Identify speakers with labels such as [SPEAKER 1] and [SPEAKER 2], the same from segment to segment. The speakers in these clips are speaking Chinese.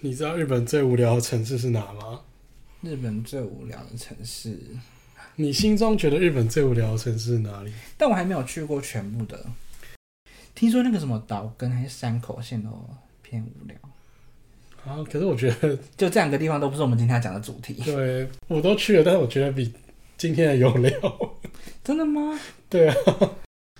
[SPEAKER 1] 你知道日本最无聊的城市是哪吗？
[SPEAKER 2] 日本最无聊的城市，
[SPEAKER 1] 你心中觉得日本最无聊的城市是哪里？
[SPEAKER 2] 但我还没有去过全部的。听说那个什么岛根还是山口县都偏无聊，
[SPEAKER 1] 啊，可是我觉得，
[SPEAKER 2] 就这两个地方都不是我们今天要讲的主题。
[SPEAKER 1] 对我都去了，但是我觉得比今天的有聊。
[SPEAKER 2] 真的吗？
[SPEAKER 1] 对啊，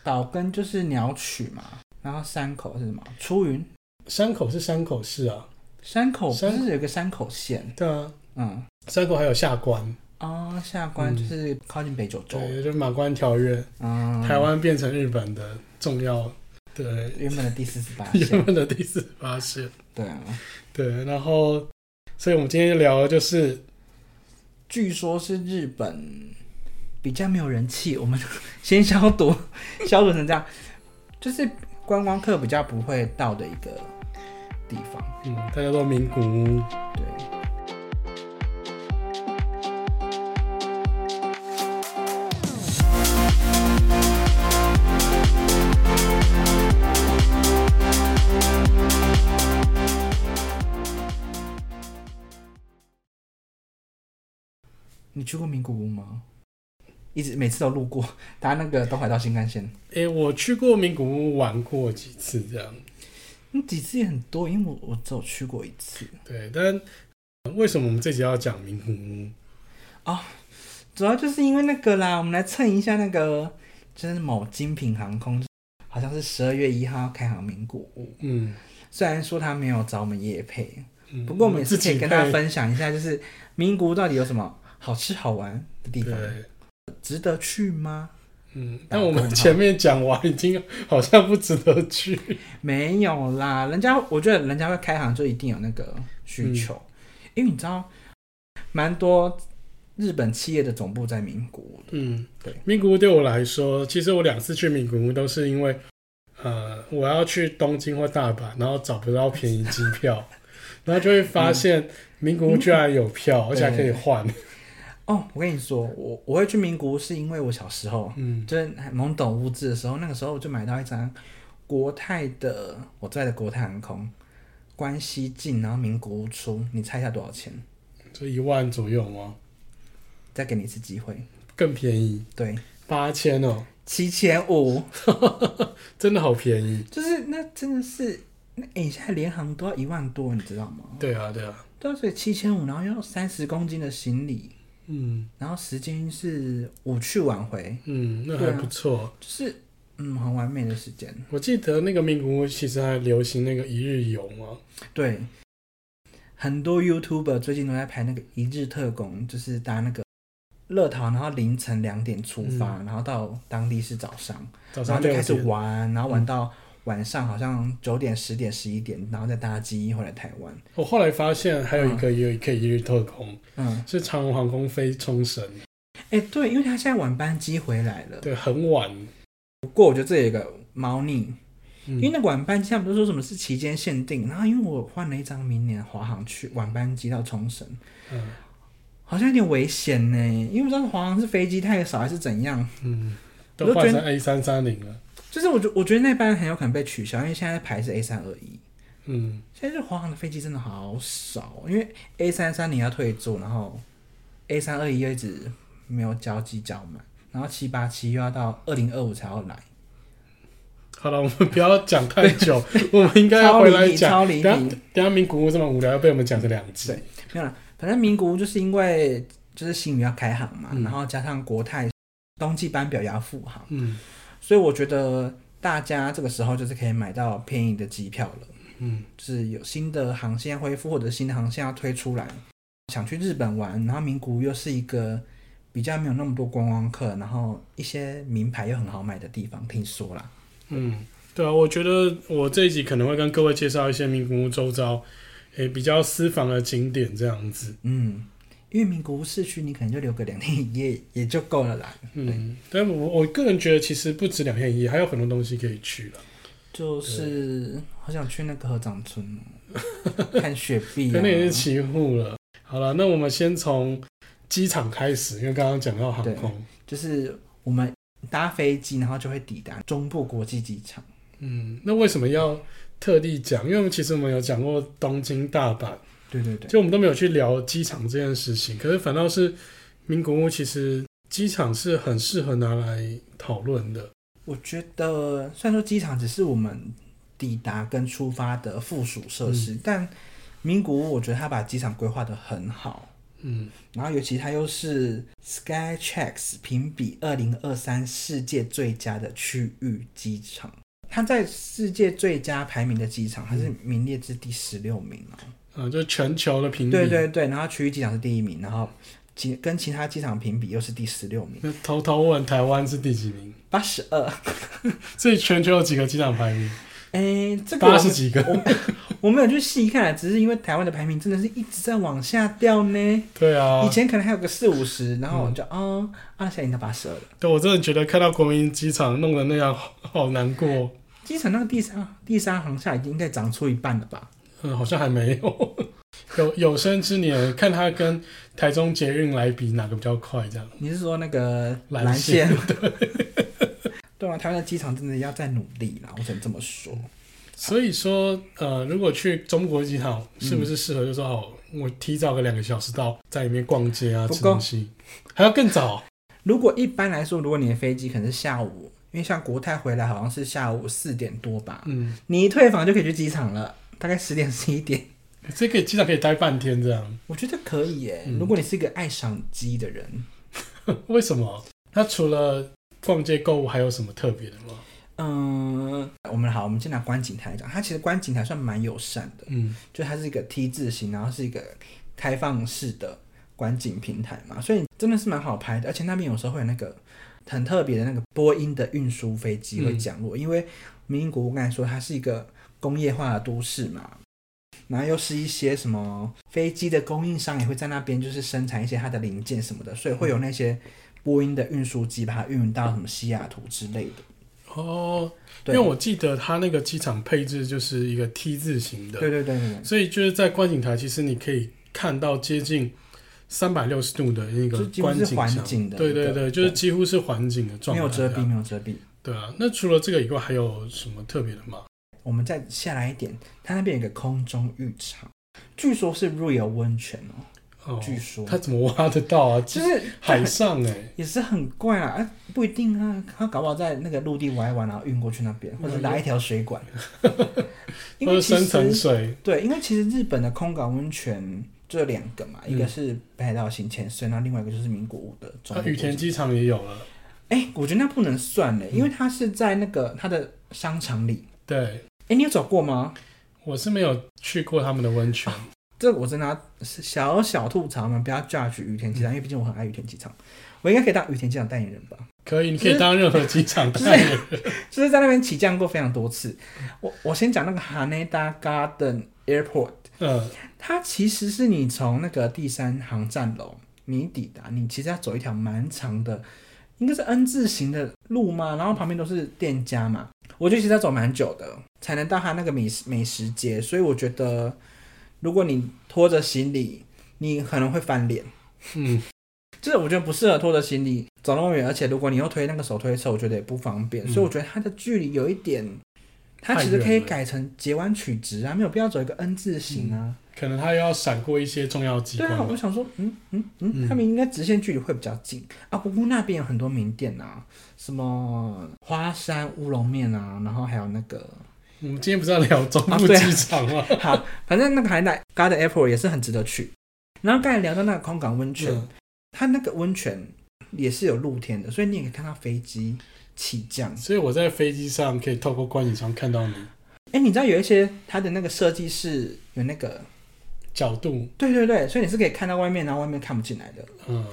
[SPEAKER 2] 岛根就是鸟取嘛，然后山口是什么？出云。
[SPEAKER 1] 山口是山口市啊，
[SPEAKER 2] 山口不
[SPEAKER 1] 山
[SPEAKER 2] 是有个山口县？
[SPEAKER 1] 对啊，
[SPEAKER 2] 嗯，
[SPEAKER 1] 山口还有下关，
[SPEAKER 2] 哦，下关就是靠近北九州。
[SPEAKER 1] 对，就是马关条约，
[SPEAKER 2] 哦嗯，
[SPEAKER 1] 台湾变成日本的重要，对，
[SPEAKER 2] 原本的第 四十八
[SPEAKER 1] 原
[SPEAKER 2] 县。
[SPEAKER 1] 本的第四发现，
[SPEAKER 2] 对啊，
[SPEAKER 1] 对，然后，所以我们今天就聊的就是
[SPEAKER 2] 据说是日本比较没有人气，我们先消毒，消毒成这样，就是观光客比较不会到的一个地方。
[SPEAKER 1] 嗯，大家都名古屋。
[SPEAKER 2] 对，你去过名古屋吗？一直每次都路过，搭那个东海道新干线，
[SPEAKER 1] 诶、我去过名古屋玩过几次，这样
[SPEAKER 2] 你几次也很多，因为我我只有去过一次。
[SPEAKER 1] 对。但为什么我们这集要讲名古屋？
[SPEAKER 2] 主要就是因为那个啦，我们来蹭一下那个，就是某精品航空，好像是十二月一号开航名古屋。
[SPEAKER 1] 嗯，
[SPEAKER 2] 虽然说他没有找我们夜配，
[SPEAKER 1] 嗯
[SPEAKER 2] 不过我们也
[SPEAKER 1] 自
[SPEAKER 2] 是可
[SPEAKER 1] 己
[SPEAKER 2] 以跟大家
[SPEAKER 1] 配
[SPEAKER 2] 分享一下，就是名古屋到底有什么好吃好玩的地方，
[SPEAKER 1] 对，
[SPEAKER 2] 值得去吗？
[SPEAKER 1] 嗯。但我们前面讲完已经好像不值得 去。
[SPEAKER 2] 没有啦，人家我觉得人家会开航就一定有那个需求，因为你知道，蛮多日本企业的总部在名古屋的，
[SPEAKER 1] 嗯，
[SPEAKER 2] 对
[SPEAKER 1] 名古屋对我来说，其实我两次去名古屋都是因为，呃，我要去东京或大阪，然后找不到便宜机票， 然后就会发现名古屋居然有
[SPEAKER 2] 嗯
[SPEAKER 1] 票，而且还可以换。
[SPEAKER 2] 哦，我跟你说，我我会去名古屋是因为我小时候。
[SPEAKER 1] 嗯
[SPEAKER 2] 就是还懵懂无知的时候，那个时候我就买到一张国泰的，我最爱的国泰航空，关西进，然后名古屋出，你猜一下多少钱？
[SPEAKER 1] 就一万左右吗？
[SPEAKER 2] 再给你一次机会，
[SPEAKER 1] 更便宜，
[SPEAKER 2] 对，
[SPEAKER 1] 八千哦。
[SPEAKER 2] 七千五，
[SPEAKER 1] 真的好便宜。
[SPEAKER 2] 就是那真的是，那哎、现在联航都要一万多，你知道吗？
[SPEAKER 1] 对啊，对啊，
[SPEAKER 2] 对啊，所以七千五，然后要三十公斤的行李，
[SPEAKER 1] 嗯
[SPEAKER 2] 然后时间是五去晚回，
[SPEAKER 1] 嗯，那
[SPEAKER 2] 对
[SPEAKER 1] 还
[SPEAKER 2] 啊
[SPEAKER 1] 不错。
[SPEAKER 2] 就是嗯，很完美的时间。
[SPEAKER 1] 我记得那个名古屋其实还流行那个一日游嘛，
[SPEAKER 2] 对，很多 YouTuber 最近都在拍那个一日特工，就是搭那个乐桃，然后凌晨两点出发，然后到当地是早上，
[SPEAKER 1] 嗯早
[SPEAKER 2] 然
[SPEAKER 1] 上
[SPEAKER 2] 后就
[SPEAKER 1] 六
[SPEAKER 2] 开始
[SPEAKER 1] 点。嗯
[SPEAKER 2] 玩，然后玩到晚上好像九点、十点、十一点，然后再搭机回来台湾。
[SPEAKER 1] 我后来发现还有一个也有可以一日特工，
[SPEAKER 2] 嗯，
[SPEAKER 1] 是长荣航空飞冲绳，
[SPEAKER 2] 哎，对，因为他现在晚班机回来了。
[SPEAKER 1] 对，很晚。
[SPEAKER 2] 不过我觉得这有一个猫腻，因为
[SPEAKER 1] 嗯
[SPEAKER 2] 那个晚班机他们都说什么是期间限定，然后因为我换了一张明年华航去晚班机到冲绳，
[SPEAKER 1] 嗯
[SPEAKER 2] 好像有点危险呢，因为不知道华航是飞机太少还是怎样。
[SPEAKER 1] 嗯，
[SPEAKER 2] 我
[SPEAKER 1] 都
[SPEAKER 2] 就觉
[SPEAKER 1] 换
[SPEAKER 2] 得
[SPEAKER 1] 成 A 三三零了。
[SPEAKER 2] 就是我觉我觉得那班很有可能被取消，因为现在牌是 A 三二一。
[SPEAKER 1] 嗯，
[SPEAKER 2] 现在是华航的飞机真的好少，因为 A 三三零要退座，然后 A 三二一又一直没有交机交满，然后七八七又要到二零二五才要来。
[SPEAKER 1] 好了，我们不要讲太 久，我们应该要
[SPEAKER 2] 超
[SPEAKER 1] 回
[SPEAKER 2] 离
[SPEAKER 1] 来
[SPEAKER 2] 题
[SPEAKER 1] 讲。
[SPEAKER 2] 超离
[SPEAKER 1] 等
[SPEAKER 2] 题
[SPEAKER 1] 下等下名古屋这么无聊，要被我们讲成两集
[SPEAKER 2] 对。没有啦，反正名古屋就是因为就是新宇要开航嘛，
[SPEAKER 1] 嗯
[SPEAKER 2] 然后加上国泰冬季班表也要复航，
[SPEAKER 1] 嗯
[SPEAKER 2] 所以我觉得大家这个时候就是可以买到便宜的机票了。
[SPEAKER 1] 嗯
[SPEAKER 2] 就是有新的航线恢复或者新的航线要推出来，想去日本玩，然后名古屋又是一个比较没有那么多观光客，然后一些名牌又很好买的地方，听说啦。
[SPEAKER 1] 嗯，对啊，我觉得我这一集可能会跟各位介绍一些名古屋周遭，诶、比较私房的景点这样子。
[SPEAKER 2] 嗯，因为名古屋市区你可能就留个两天一夜也就够了啦，
[SPEAKER 1] 嗯，但我我个人觉得其实不止两天一夜，还有很多东西可以去了。
[SPEAKER 2] 就是好想去那个合掌村哦，看雪碧、
[SPEAKER 1] 可能也是
[SPEAKER 2] 啊。
[SPEAKER 1] 起户了。好了，那我们先从机场开始，因为刚刚讲到航空。
[SPEAKER 2] 就是我们搭飞机，然后就会抵达中部国际机场。
[SPEAKER 1] 嗯，那为什么要特地讲，因为我们其实我们有讲过东京、大阪，
[SPEAKER 2] 对对对，
[SPEAKER 1] 就我们都没有去聊机场这件事情。可是反倒是名古屋，其实机场是很适合拿来讨论的。
[SPEAKER 2] 我觉得虽然说机场只是我们抵达跟出发的附属设施，但名古屋我觉得他把机场规划的很好，
[SPEAKER 1] 嗯，
[SPEAKER 2] 然后尤其它又是 Skytrax 评比二零二三世界最佳的区域机场，它在世界最佳排名的机场，它是名列至第十六名哦。
[SPEAKER 1] 啊，就全球的评比，
[SPEAKER 2] 对对对，然后区域机场是第一名，然后其跟其他机场评比又是第十六名，
[SPEAKER 1] 那偷偷问台湾是第几名？
[SPEAKER 2] 八十二。
[SPEAKER 1] 所以全球有几个机场排 名？
[SPEAKER 2] 哎，这个我
[SPEAKER 1] 八十
[SPEAKER 2] 们
[SPEAKER 1] 几个。
[SPEAKER 2] 我没有去细看，只是因为台湾的排名真的是一直在往下掉呢。
[SPEAKER 1] 对啊
[SPEAKER 2] 以，前可能还有个四五十，然后我就、哦，啊，现在已经到八十二了。
[SPEAKER 1] 对我真的觉得看到国民机场弄得那样，好好难过。
[SPEAKER 2] 机场那个第三第三航厦已经应该涨出一半了吧？
[SPEAKER 1] 嗯，好像还没有。 有有生之年，看他跟台中捷运来比哪个比较快，这样。
[SPEAKER 2] 你是说那个
[SPEAKER 1] 蓝
[SPEAKER 2] 蓝
[SPEAKER 1] 线
[SPEAKER 2] 线？对， 对啊，台湾的机场真的要再努力啦，我只能这么说。
[SPEAKER 1] 所以说，呃，如果去中国机场，是不是适合就说哦，我提早个两个小时到，在里面逛街啊，
[SPEAKER 2] 不
[SPEAKER 1] 吃东
[SPEAKER 2] 够
[SPEAKER 1] 西，还要更早。
[SPEAKER 2] 如果一般来说，如果你的飞机可能是下午，因为像国泰回来好像是下午四点多吧，
[SPEAKER 1] 嗯，
[SPEAKER 2] 你一退房就可以去机场了，大概十点十一点。
[SPEAKER 1] 这个机场可以待半天这样，
[SPEAKER 2] 我觉得可以耶、
[SPEAKER 1] 嗯
[SPEAKER 2] 如果你是一个爱赏机的人，
[SPEAKER 1] 为什么？那除了逛街购物，还有什么特别的吗？
[SPEAKER 2] 嗯，我们好，我们先拿观景台来讲，它其实观景台算蛮友善的，
[SPEAKER 1] 嗯，
[SPEAKER 2] 就它是一个 T 字形，然后是一个开放式的观景平台嘛，所以真的是蛮好拍的，而且那边有时候会有那个很特别的那个波音的运输飞机会降落，因为民国我刚才说它是一个工业化的都市嘛。然后又是一些什么飞机的供应商也会在那边，就是生产一些它的零件什么的，所以会有那些波音的运输机把它运到什么西雅图之类的。
[SPEAKER 1] 哦，因
[SPEAKER 2] 对
[SPEAKER 1] 为我记得它那个机场配置就是一个 T 字形的，
[SPEAKER 2] 对对对对对，
[SPEAKER 1] 所以就是在观景台，其实你可以看到接近三百六十度的那个
[SPEAKER 2] 就几乎
[SPEAKER 1] 观
[SPEAKER 2] 是
[SPEAKER 1] 景
[SPEAKER 2] 环
[SPEAKER 1] 像
[SPEAKER 2] 境的
[SPEAKER 1] 对
[SPEAKER 2] 一个
[SPEAKER 1] 对对，就是
[SPEAKER 2] 对
[SPEAKER 1] 几乎是环景的状
[SPEAKER 2] 没
[SPEAKER 1] 态，啊
[SPEAKER 2] 有遮蔽，没有遮蔽。
[SPEAKER 1] 对啊，那除了这个以外，还有什么特别的吗？
[SPEAKER 2] 我们再下来一点，它那边有一个空中浴场，据说是入有温泉哦，
[SPEAKER 1] 哦，
[SPEAKER 2] 据说
[SPEAKER 1] 他怎么挖得到啊？
[SPEAKER 2] 就
[SPEAKER 1] 就是海上哎、
[SPEAKER 2] 也是很怪啦，啊，不一定啊，它搞不好在那个陆地玩一玩，然后运过去那边，或者拉一条水 管，
[SPEAKER 1] 嗯
[SPEAKER 2] 因
[SPEAKER 1] 或
[SPEAKER 2] 为
[SPEAKER 1] 者
[SPEAKER 2] 其
[SPEAKER 1] 深层
[SPEAKER 2] 实
[SPEAKER 1] 水，
[SPEAKER 2] 对，因为其实日本的空港温泉就有两个嘛，一
[SPEAKER 1] 嗯
[SPEAKER 2] 个是北海道新千岁，然后另外一个就是名古屋的中
[SPEAKER 1] 它
[SPEAKER 2] 国
[SPEAKER 1] 羽啊田机场也嗯有了，
[SPEAKER 2] 哎、我觉得那不能算嘞，因为它是在那个它的商场里。
[SPEAKER 1] 对。
[SPEAKER 2] 哎、你有走过吗？
[SPEAKER 1] 我是没有去过他们的温
[SPEAKER 2] 哦
[SPEAKER 1] 泉，
[SPEAKER 2] 这我真的要小小吐槽嘛，不要 judge 羽田机场，因为毕竟我很爱羽田机场，我应该可以当羽田机场代言人吧？
[SPEAKER 1] 可以，你可
[SPEAKER 2] 就
[SPEAKER 1] 以
[SPEAKER 2] 是
[SPEAKER 1] 当任何机场
[SPEAKER 2] 就是
[SPEAKER 1] 代言。
[SPEAKER 2] 就是在那边起降过非常多次。我我先讲那个 Haneda Garden Airport，
[SPEAKER 1] 嗯，
[SPEAKER 2] 它其实是你从那个第三航站楼你抵达，你其实要走一条蛮长的，应该是 N 字形的路嘛，然后旁边都是店家嘛，我就其实要走蛮久的才能到它那个美食美食街，所以我觉得如果你拖着行李，你可能会翻脸。
[SPEAKER 1] 嗯，
[SPEAKER 2] 就是我觉得不适合拖着行李走那么远，而且如果你又推那个手推车，我觉得也不方便，
[SPEAKER 1] 嗯
[SPEAKER 2] 所以我觉得它的距离有一点，它其实可以改成截弯取直啊，没有必要走一个 N 字形啊。
[SPEAKER 1] 可能他又要闪过一些重要机
[SPEAKER 2] 对
[SPEAKER 1] 关
[SPEAKER 2] 啊，我
[SPEAKER 1] 吧。
[SPEAKER 2] 想说，嗯嗯嗯，
[SPEAKER 1] 嗯
[SPEAKER 2] 他们应该直线距离会比较近啊。不过那边有很多名店啊，什么花山乌龙面啊，然后还有那个，
[SPEAKER 1] 我们今天不是要聊中
[SPEAKER 2] 啊
[SPEAKER 1] 部
[SPEAKER 2] 对啊
[SPEAKER 1] 机场 吗？
[SPEAKER 2] 好，反正那个海南 Garden Apple 也是很值得去。然后刚才聊到那个空港温泉，
[SPEAKER 1] 嗯
[SPEAKER 2] 它那个温泉也是有露天的，所以你也可以看到飞机起降。
[SPEAKER 1] 所以我在飞机上可以透过观景窗看到你
[SPEAKER 2] 哎，你知道有一些它的那个设计是有那个，
[SPEAKER 1] 角度，
[SPEAKER 2] 对对对，所以你是可以看到外面，然后外面看不进来的。
[SPEAKER 1] 嗯，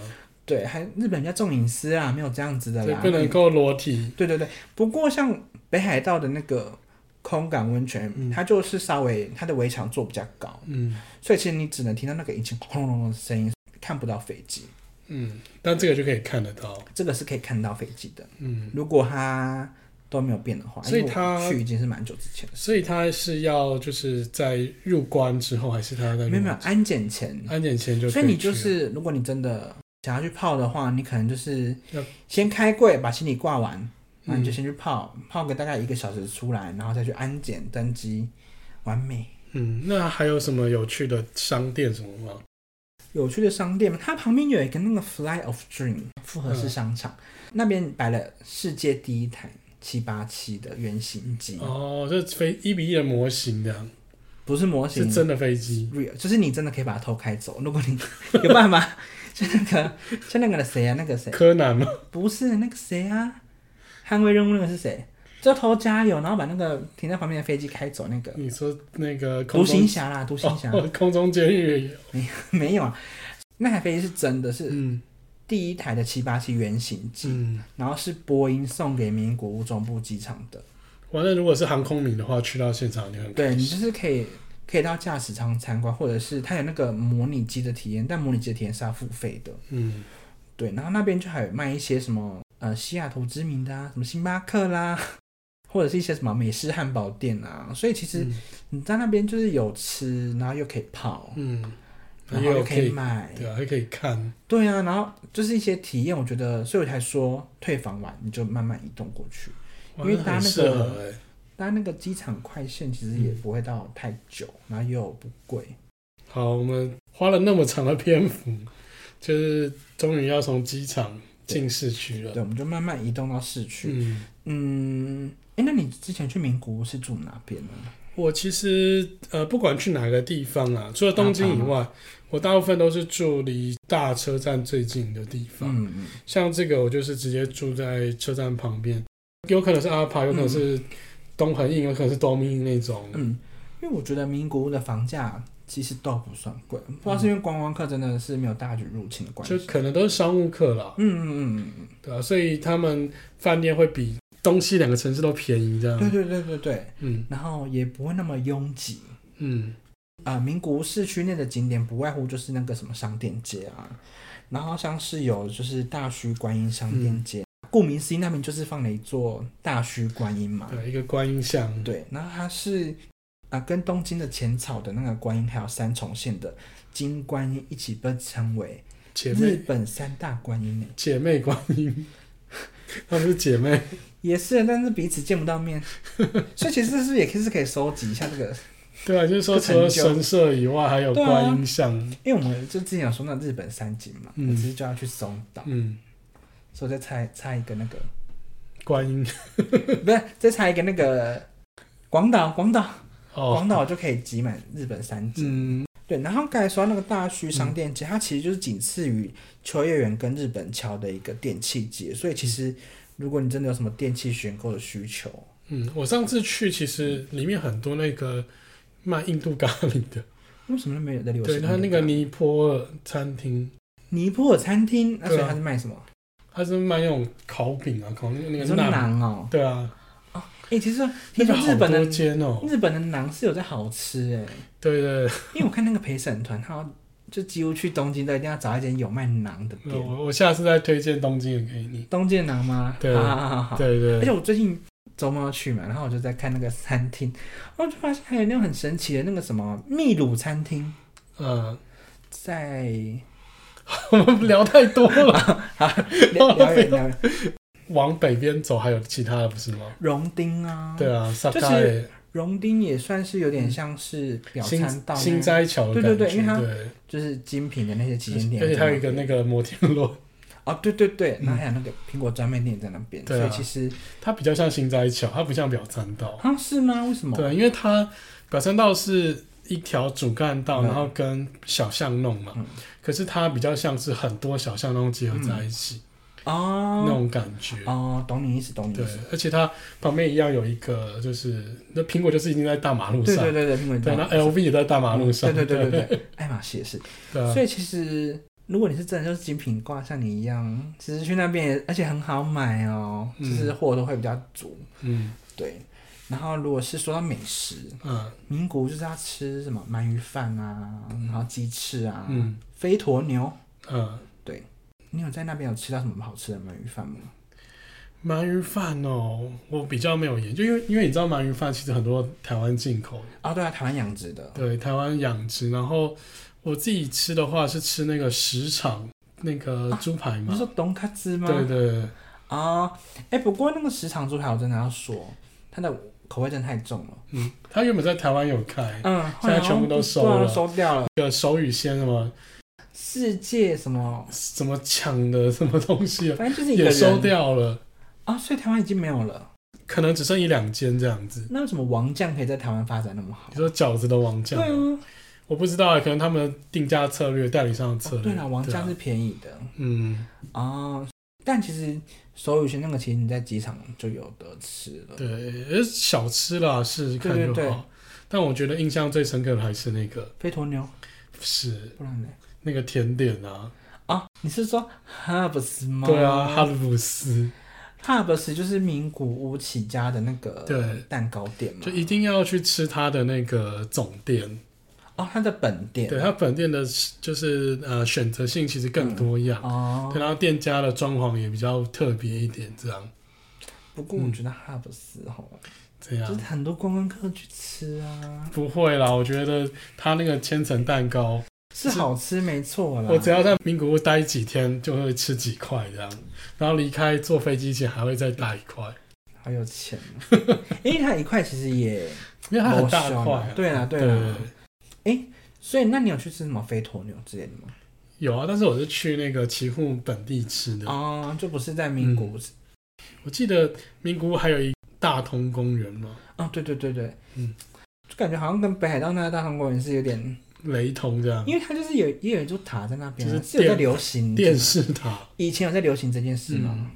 [SPEAKER 2] 对，还日本人家重隐私啊，没有这样子的
[SPEAKER 1] 所以
[SPEAKER 2] 啦。
[SPEAKER 1] 不能够裸体。
[SPEAKER 2] 对对对，不过像北海道的那个空港温泉，
[SPEAKER 1] 嗯
[SPEAKER 2] 它就是稍微它的围墙做比较高，
[SPEAKER 1] 嗯
[SPEAKER 2] 所以其实你只能听到那个引擎轰隆隆的声音，看不到飞机。
[SPEAKER 1] 嗯，但这个就可以看得到。
[SPEAKER 2] 这个是可以看到飞机的，
[SPEAKER 1] 嗯，
[SPEAKER 2] 如果它都没有变的话。
[SPEAKER 1] 所以
[SPEAKER 2] 因为我
[SPEAKER 1] 它
[SPEAKER 2] 去已经是蛮久之前了，
[SPEAKER 1] 所以他是要就是在入关之后，还是他在入
[SPEAKER 2] 没有没有安检前，
[SPEAKER 1] 安检前就可
[SPEAKER 2] 所以你
[SPEAKER 1] 去啊
[SPEAKER 2] 就
[SPEAKER 1] 了
[SPEAKER 2] 是如果你真的想要去泡的话，你可能就是
[SPEAKER 1] 要嗯
[SPEAKER 2] 先开柜把行李挂完，然后你就先去泡，泡个大概一个小时出来，然后再去安检登机，完美。
[SPEAKER 1] 嗯，那还有什么有趣的商店什么吗？
[SPEAKER 2] 有趣的商店，它旁边有一个那个 Fly of Dream 复合式商场，
[SPEAKER 1] 嗯
[SPEAKER 2] 那边摆了世界第一台七八七的原型机，
[SPEAKER 1] 哦，这飞一比一的模型这样，
[SPEAKER 2] 不是模型，
[SPEAKER 1] 是真的飞机。
[SPEAKER 2] real，就是你真的可以把它偷开走，如果你 有办法。像那个，像那个的谁啊？那个谁？
[SPEAKER 1] 柯南吗？
[SPEAKER 2] 不是那个谁啊？捍卫任务那个是谁？就偷加油，然后把那个停在旁边的飞机开走那个
[SPEAKER 1] 你说那个空
[SPEAKER 2] 独
[SPEAKER 1] 中
[SPEAKER 2] 行侠啦，独行侠、
[SPEAKER 1] 嗯哦，空中监狱也有。
[SPEAKER 2] 没有啊，那台飞机是真的是
[SPEAKER 1] 嗯
[SPEAKER 2] 第一台的七八七原型机，
[SPEAKER 1] 嗯，
[SPEAKER 2] 然后是波音送给民国总部机场的。
[SPEAKER 1] 完了，如果是航空迷的话，去到现场你很
[SPEAKER 2] 对你就是可以可以到驾驶舱参观，或者是它有那个模拟机的体验，但模拟机的体验是要付费的。
[SPEAKER 1] 嗯，
[SPEAKER 2] 对，然后那边就还有卖一些什么呃西雅图知名的啊，什么星巴克啦， 或者是一些什么美式汉堡店啊。所以其实
[SPEAKER 1] 嗯
[SPEAKER 2] 你在那边就是有吃，然后又可以泡，
[SPEAKER 1] 嗯，
[SPEAKER 2] 然
[SPEAKER 1] 也
[SPEAKER 2] 后
[SPEAKER 1] 有
[SPEAKER 2] 又
[SPEAKER 1] 可
[SPEAKER 2] 可以
[SPEAKER 1] 以
[SPEAKER 2] 买。
[SPEAKER 1] 对啊，还可以看。
[SPEAKER 2] 对啊，然后就是一些体验，我觉得，所以我才说退房完你就慢慢移动过去。
[SPEAKER 1] 哇
[SPEAKER 2] 因为
[SPEAKER 1] 那
[SPEAKER 2] 搭
[SPEAKER 1] 很
[SPEAKER 2] 那
[SPEAKER 1] 适
[SPEAKER 2] 个
[SPEAKER 1] 合欸
[SPEAKER 2] 但那个机场快线其实也不会到太久，然后又不贵。
[SPEAKER 1] 好，我们花了那么长的篇幅，就是终于要从机场进市区了。
[SPEAKER 2] 对，我们就慢慢移动到市区。
[SPEAKER 1] 嗯，
[SPEAKER 2] 嗯，哎、那你之前去名古屋是住哪边呢？
[SPEAKER 1] 我其实呃，不管去哪个地方啊，除了东京以外，我大部分都是住离大车站最近的地方。
[SPEAKER 2] 嗯嗯，
[SPEAKER 1] 像这个，我就是直接住在车站旁边，有可能是阿帕，有可能是东横印，有可能是东印那种。
[SPEAKER 2] 嗯，因为我觉得名古屋的房价其实都不算贵，不知道是因为观光客真的是没有大举入侵的关系
[SPEAKER 1] 就。可能都是商务客啦，
[SPEAKER 2] 嗯嗯嗯嗯
[SPEAKER 1] 对啊，所以他们饭店会比东西两个城市都便宜这
[SPEAKER 2] 嗯，对
[SPEAKER 1] 样。
[SPEAKER 2] 对对对对，
[SPEAKER 1] 嗯
[SPEAKER 2] 然后也不会那么拥挤。
[SPEAKER 1] 嗯，
[SPEAKER 2] 啊、名古屋市区内的景点不外乎就是那个什么商店街啊，然后像是有就是大须观音商店街，顾名思义那边就是放了一座大须观音嘛，
[SPEAKER 1] 对，一个观音像。
[SPEAKER 2] 对，然后它是啊、跟东京的浅草的那个观音还有三重县的金观音一起被称为
[SPEAKER 1] 姐
[SPEAKER 2] 日
[SPEAKER 1] 妹
[SPEAKER 2] 本三大观音呢，
[SPEAKER 1] 姐妹观音， 她们是姐妹，
[SPEAKER 2] 也是，但是彼此见不到面，所以其实是不是也可以是可以收集一下这个？
[SPEAKER 1] 对啊，就是说除了神社以外，还有
[SPEAKER 2] 啊
[SPEAKER 1] 观音像，
[SPEAKER 2] 因为我们就之前有说那日本三景嘛，
[SPEAKER 1] 嗯
[SPEAKER 2] 我其实就要去松岛，
[SPEAKER 1] 嗯，
[SPEAKER 2] 所以我再猜猜一个那个。
[SPEAKER 1] 观音
[SPEAKER 2] 不是，再猜一个那个广岛，广岛，
[SPEAKER 1] 哦，
[SPEAKER 2] 广岛就可以挤满日本三景。
[SPEAKER 1] 嗯
[SPEAKER 2] 对，然后刚才说到那个大须商店街，它其实就是仅次于秋叶原跟日本桥的一个电器街，所以其实如果你真的有什么电器选购的需求，
[SPEAKER 1] 嗯，我上次去其实里面很多那个卖印度咖喱 的，
[SPEAKER 2] 为什么没有在流行？
[SPEAKER 1] 对他那个尼泊尔餐厅，
[SPEAKER 2] 尼泊尔餐厅，那所以
[SPEAKER 1] 对啊
[SPEAKER 2] 它是卖什么？
[SPEAKER 1] 他是卖那种烤饼啊，烤那个那
[SPEAKER 2] 你
[SPEAKER 1] 个
[SPEAKER 2] 说
[SPEAKER 1] 馕，
[SPEAKER 2] 馕哦，
[SPEAKER 1] 对啊，
[SPEAKER 2] 哎、其实听
[SPEAKER 1] 那个
[SPEAKER 2] 说日
[SPEAKER 1] 好
[SPEAKER 2] 本
[SPEAKER 1] 多
[SPEAKER 2] 的
[SPEAKER 1] 间哦，
[SPEAKER 2] 日本的馕是有在好吃哎、
[SPEAKER 1] 对对，对
[SPEAKER 2] 因为我看那个陪审团，他就几乎去东京都一定要找一间有卖馕的店。
[SPEAKER 1] 我我下次再推荐东京的给你，
[SPEAKER 2] 东建南吗？
[SPEAKER 1] 啊
[SPEAKER 2] 啊
[SPEAKER 1] 对
[SPEAKER 2] 好好好好。
[SPEAKER 1] 对
[SPEAKER 2] 而
[SPEAKER 1] 对
[SPEAKER 2] 且我最近周末要去嘛，然后我就在看那个餐厅，然后就发现还哎有那种很神奇的那个什么秘鲁餐厅，
[SPEAKER 1] 嗯，
[SPEAKER 2] 在
[SPEAKER 1] 我们聊太多了，
[SPEAKER 2] 好聊聊远聊远
[SPEAKER 1] 往北边走还有其他的不是吗？
[SPEAKER 2] 荣丁啊，
[SPEAKER 1] 对啊，萨
[SPEAKER 2] 就
[SPEAKER 1] 卡耶
[SPEAKER 2] 荣丁也算是有点像是表
[SPEAKER 1] 新
[SPEAKER 2] 参道那
[SPEAKER 1] 新
[SPEAKER 2] 样，
[SPEAKER 1] 斋桥的感觉，
[SPEAKER 2] 对对对因为它
[SPEAKER 1] 对
[SPEAKER 2] 就是精品的那些旗舰店，
[SPEAKER 1] 而且还有一个那个摩天轮，
[SPEAKER 2] 哦，对对对，
[SPEAKER 1] 嗯
[SPEAKER 2] 然后还有那个苹果专卖店在那边，
[SPEAKER 1] 对
[SPEAKER 2] 所
[SPEAKER 1] 啊
[SPEAKER 2] 以其实
[SPEAKER 1] 它比较像新斋桥，它不像表参道。
[SPEAKER 2] 啊是吗？为什么？
[SPEAKER 1] 对，因为它表参道是一条主干道，
[SPEAKER 2] 嗯
[SPEAKER 1] 然后跟小巷弄嘛，
[SPEAKER 2] 嗯
[SPEAKER 1] 可是它比较像是很多小巷弄结合在一起、啊那
[SPEAKER 2] 哦
[SPEAKER 1] 种感觉。
[SPEAKER 2] 哦，懂你意思，懂你意
[SPEAKER 1] 对
[SPEAKER 2] 思，，
[SPEAKER 1] 而且它旁边一样有一个，就是那苹果就是已经在大马路
[SPEAKER 2] 对
[SPEAKER 1] 上，
[SPEAKER 2] 对对对，苹果
[SPEAKER 1] 对，
[SPEAKER 2] 专
[SPEAKER 1] 那
[SPEAKER 2] 卖
[SPEAKER 1] LV 也在大马路上，
[SPEAKER 2] 嗯对对
[SPEAKER 1] 对
[SPEAKER 2] 对对 对，爱马仕也是。
[SPEAKER 1] 对啊
[SPEAKER 2] 所以其实如果你是真的就是精品挂，像你一样，其实去那边也而且很好买哦，
[SPEAKER 1] 嗯
[SPEAKER 2] 就是货都会比较足。
[SPEAKER 1] 嗯
[SPEAKER 2] 对，然后如果是说到美食，
[SPEAKER 1] 嗯
[SPEAKER 2] 名古屋就是要吃什么鳗鱼饭啊，然后鸡翅啊，
[SPEAKER 1] 嗯
[SPEAKER 2] 飞驼牛。
[SPEAKER 1] 嗯，
[SPEAKER 2] 你有在那边有吃到什么好吃的鳗鱼饭吗？
[SPEAKER 1] 鳗鱼饭哦，我比较没有研究，因为因为你知道鳗鱼饭其实很多台湾进口的，
[SPEAKER 2] 啊、对啊，台湾养殖的。
[SPEAKER 1] 对，台湾养殖。然后我自己吃的话是吃那个石场那个猪排
[SPEAKER 2] 啊你
[SPEAKER 1] 嘛，
[SPEAKER 2] 是说东卡兹吗？
[SPEAKER 1] 对对对，
[SPEAKER 2] 啊、啊，哎、不过那个时长猪排我真的要说，它的口味真的太重了。
[SPEAKER 1] 嗯，他原本在台湾有开，
[SPEAKER 2] 嗯，
[SPEAKER 1] 现在全部都收
[SPEAKER 2] 后来好
[SPEAKER 1] 了
[SPEAKER 2] 像不收掉了。
[SPEAKER 1] 有手语先什么
[SPEAKER 2] 世界什么，
[SPEAKER 1] 什么抢的什么东西啊
[SPEAKER 2] 反正 就是一个
[SPEAKER 1] 也
[SPEAKER 2] 人
[SPEAKER 1] 收掉了，
[SPEAKER 2] 啊，所以台湾已经没有了。
[SPEAKER 1] 可能只剩一两间这样子。
[SPEAKER 2] 那为什么王酱可以在台湾发展那么好
[SPEAKER 1] 你？说饺子的王
[SPEAKER 2] 对
[SPEAKER 1] 酱，
[SPEAKER 2] 啊，
[SPEAKER 1] 我不知道欸，可能他们定价策略、代理商的策
[SPEAKER 2] 哦
[SPEAKER 1] 略。
[SPEAKER 2] 对了，王酱
[SPEAKER 1] 对
[SPEAKER 2] 是
[SPEAKER 1] 啊
[SPEAKER 2] 便宜的
[SPEAKER 1] 嗯，
[SPEAKER 2] 啊。但其实手语轩那个，其实你在机场就有得吃了。
[SPEAKER 1] 对，呃小吃啦，试试看
[SPEAKER 2] 对
[SPEAKER 1] 就好。
[SPEAKER 2] 对对
[SPEAKER 1] 但我觉得印象最深刻的还是那个
[SPEAKER 2] 飞鸵牛，
[SPEAKER 1] 是
[SPEAKER 2] 不然呢？
[SPEAKER 1] 那个甜点啊，
[SPEAKER 2] 啊，你是说哈布斯吗？
[SPEAKER 1] 对啊，哈鲁布斯，
[SPEAKER 2] 哈布斯就是名古屋起家的那个
[SPEAKER 1] 对
[SPEAKER 2] 蛋糕店嘛，
[SPEAKER 1] 就一定要去吃它的那个总店。
[SPEAKER 2] 哦，它的本店，
[SPEAKER 1] 对，它本店的就是呃选择性其实更多样，
[SPEAKER 2] 哦
[SPEAKER 1] 对，，然后店家的装潢也比较特别一点，这样
[SPEAKER 2] 不过我觉得哈布斯吼，
[SPEAKER 1] 这
[SPEAKER 2] 嗯就是
[SPEAKER 1] 样。
[SPEAKER 2] 很多观光客去吃啊，
[SPEAKER 1] 不会啦，我觉得它那个千层蛋糕，
[SPEAKER 2] 是好吃没错啦。
[SPEAKER 1] 我只要在名古屋待几天，就会吃几块这样，然后离开坐飞机前还会再大一块，
[SPEAKER 2] 好有 钱啊，因为它一块其实也
[SPEAKER 1] 因为它很大
[SPEAKER 2] 没收
[SPEAKER 1] 块、啊
[SPEAKER 2] 嘛。哦对啦对
[SPEAKER 1] 对
[SPEAKER 2] 啦，所以那你有去吃什么飞鸵牛之类的吗？
[SPEAKER 1] 有啊，但是我是去那个岐阜本地吃的。
[SPEAKER 2] 哦，就不是在名古屋吃，
[SPEAKER 1] 我记得名古屋还有一大通公园嘛，
[SPEAKER 2] 哦，对对对对，
[SPEAKER 1] 嗯。
[SPEAKER 2] 就感觉好像跟北海道那个大同公园是有点，
[SPEAKER 1] 雷同这样，
[SPEAKER 2] 因为它就是有也有一座塔在那边啊，
[SPEAKER 1] 就是
[SPEAKER 2] 是有在
[SPEAKER 1] 电
[SPEAKER 2] 流行
[SPEAKER 1] 电视塔。
[SPEAKER 2] 以前有在流行这件事吗？嗯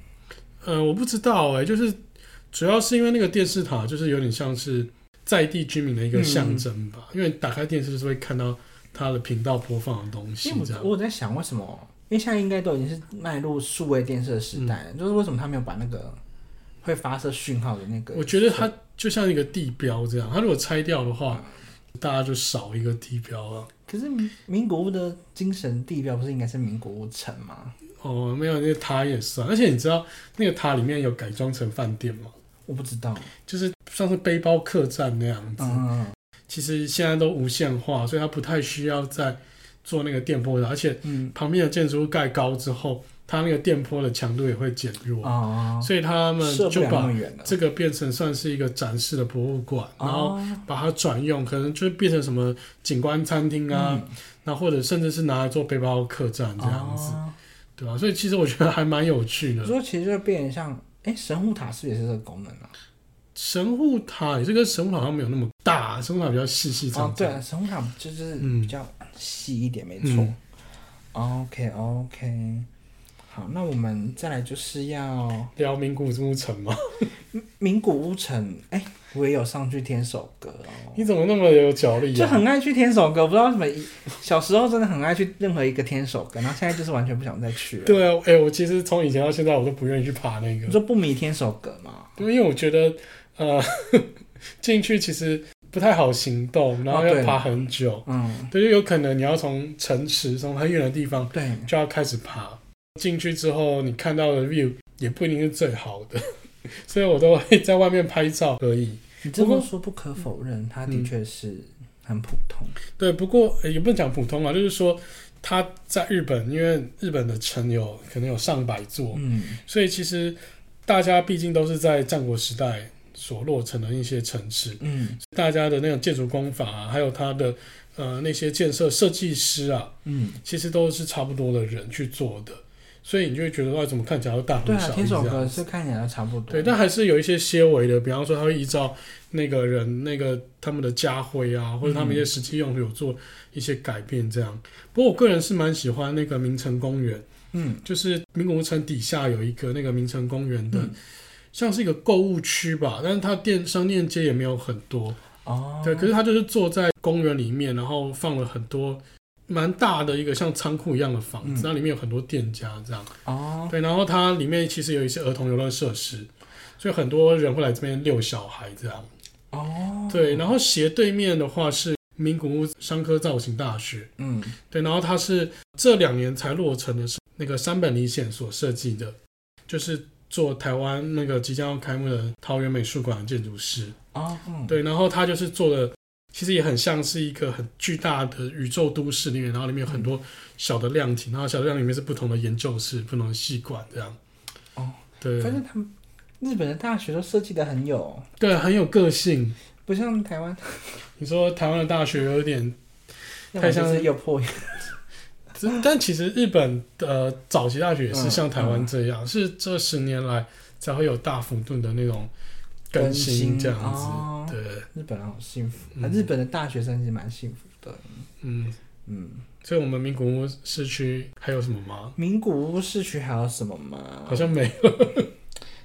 [SPEAKER 1] 呃，我不知道哎、就是主要是因为那个电视塔就是有点像是在地居民的一个象征吧，
[SPEAKER 2] 嗯
[SPEAKER 1] 因为打开电视就是会看到它的频道播放的东西
[SPEAKER 2] 因为
[SPEAKER 1] 这样
[SPEAKER 2] 我。我在想，为什么？因为现在应该都已经是迈入数位电视的时代了，
[SPEAKER 1] 嗯
[SPEAKER 2] 就是为什么他没有把那个会发射讯号的那个？
[SPEAKER 1] 我觉得它就像一个地标这样，它如果拆掉的话，
[SPEAKER 2] 嗯
[SPEAKER 1] 大家就少一个地标啊。
[SPEAKER 2] 可是民民国屋的精神地标不是应该是民国屋城吗？
[SPEAKER 1] 哦，没有，那个塔也算，而且你知道那个塔里面有改装成饭店吗？
[SPEAKER 2] 我不知道，
[SPEAKER 1] 就是像是背包客栈那样子。
[SPEAKER 2] 嗯，
[SPEAKER 1] 其实现在都无线化，所以它不太需要再做那个电波的，而且
[SPEAKER 2] 嗯，
[SPEAKER 1] 旁边的建筑物盖高之后，它那个电波的强度也会减弱，
[SPEAKER 2] 哦，
[SPEAKER 1] 嗯所以他们
[SPEAKER 2] 射不
[SPEAKER 1] 就
[SPEAKER 2] 了那
[SPEAKER 1] 把
[SPEAKER 2] 么远了。
[SPEAKER 1] 这个变成算是一个展示的博物馆，然后
[SPEAKER 2] 哦
[SPEAKER 1] 把它转用，可能就变成什么景观餐厅啊，那、或者甚至是拿来做背包客栈
[SPEAKER 2] 嗯
[SPEAKER 1] 这样子，
[SPEAKER 2] 哦
[SPEAKER 1] 对吧、所以其实我觉得还蛮有趣的。
[SPEAKER 2] 所以其实就变成像，哎，神户塔是不是也是这个功能啊？
[SPEAKER 1] 神户塔，也是跟神户塔好像没有那么大，神户塔比较细细长
[SPEAKER 2] 哦，
[SPEAKER 1] 长。
[SPEAKER 2] 对啊，神户塔就是
[SPEAKER 1] 嗯
[SPEAKER 2] 比较细一点，没错。
[SPEAKER 1] 嗯
[SPEAKER 2] OK OK，好，那我们再来就是要
[SPEAKER 1] 辽名古屋城嘛，
[SPEAKER 2] 名古屋城，哎、我也有上去天守阁哦，
[SPEAKER 1] 你怎么那么有脚力、啊？
[SPEAKER 2] 就很爱去天守阁，不知道为什么一小时候真的很爱去任何一个天守阁，然后现在就是完全不想再去了。，
[SPEAKER 1] 对啊，哎、我其实从以前到现在，我都不愿意去爬那个
[SPEAKER 2] 你，说不迷天守阁嘛？
[SPEAKER 1] 因为我觉得呃 进去其实不太好行动，然后
[SPEAKER 2] 哦对
[SPEAKER 1] 要爬很久，
[SPEAKER 2] 嗯，
[SPEAKER 1] 对，就有可能你要从城池从很远的地方
[SPEAKER 2] 对，
[SPEAKER 1] 就要开始爬，进去之后你看到的 view 也不一定是最好的， 所以我都会在外面拍照而已。
[SPEAKER 2] 你这
[SPEAKER 1] 不
[SPEAKER 2] 么
[SPEAKER 1] 过
[SPEAKER 2] 说不可否认，它的确是很普通。
[SPEAKER 1] 对，不过、呃也不能讲普通啊，就是说它在日本，因为日本的城有可能有上百座，
[SPEAKER 2] 嗯，
[SPEAKER 1] 所以其实大家毕竟都是在战国时代所落成的一些城市，
[SPEAKER 2] 嗯
[SPEAKER 1] 大家的那种建筑工法啊，还有它的呃那些建设设计师啊，
[SPEAKER 2] 嗯，
[SPEAKER 1] 其实都是差不多的人去做的，所以你就会觉得哇，怎么看起来都大
[SPEAKER 2] 对
[SPEAKER 1] 同
[SPEAKER 2] 啊，
[SPEAKER 1] 小
[SPEAKER 2] 天
[SPEAKER 1] 异这
[SPEAKER 2] 守阁
[SPEAKER 1] 样。
[SPEAKER 2] 是看起来都差不多。
[SPEAKER 1] 对，但还是有一些些微的，比方说他会依照那个人那个他们的家徽啊，或者他
[SPEAKER 2] 嗯
[SPEAKER 1] 们一些实际用途有做一些改变这样。不过我个人是蛮喜欢那个明城公园，
[SPEAKER 2] 嗯
[SPEAKER 1] 就是名古屋城底下有一个那个明城公园的，
[SPEAKER 2] 嗯
[SPEAKER 1] 像是一个购物区吧，但是它店商店街也没有很多，
[SPEAKER 2] 哦，
[SPEAKER 1] 对，可是它就是坐在公园里面，然后放了很多蛮大的一个像仓库一样的房子，
[SPEAKER 2] 嗯
[SPEAKER 1] 那、里面有很多店家这样，
[SPEAKER 2] 哦，
[SPEAKER 1] 对，然后它里面其实有一些儿童游乐设施，所以很多人会来这边遛小孩这样，
[SPEAKER 2] 哦，
[SPEAKER 1] 对，然后斜对面的话是名古屋商科造型大学，
[SPEAKER 2] 嗯，
[SPEAKER 1] 对，然后它是这两年才落成的，是那个山本理显所设计的，就是做台湾那个即将要开幕的桃园美术馆的建筑师。
[SPEAKER 2] 哦，嗯，
[SPEAKER 1] 对，然后他就是做的，其实也很像是一个很巨大的宇宙都市里面，然后里面有很多小的量体，然后小的量体里面是不同的研究室、不同的系馆这样。
[SPEAKER 2] 哦，
[SPEAKER 1] 对
[SPEAKER 2] 反正他们日本的大学都设计的很有，
[SPEAKER 1] 对，很有个性。
[SPEAKER 2] 不像台湾，
[SPEAKER 1] 你说台湾的大学有点，
[SPEAKER 2] 要么
[SPEAKER 1] 像
[SPEAKER 2] 就是又破又
[SPEAKER 1] 只但其实日本呃早期大学也是
[SPEAKER 2] 嗯
[SPEAKER 1] 像台湾这样，是这十年来才会有大幅度的那种更新这样子。
[SPEAKER 2] 哦、
[SPEAKER 1] 对，
[SPEAKER 2] 日本人好幸福、啊
[SPEAKER 1] 嗯
[SPEAKER 2] 日本的大学生其实蛮幸福的。
[SPEAKER 1] 嗯，
[SPEAKER 2] 嗯，
[SPEAKER 1] 所以我们名古屋市区还有什么吗？
[SPEAKER 2] 名古屋市区还有什么吗？
[SPEAKER 1] 好像没。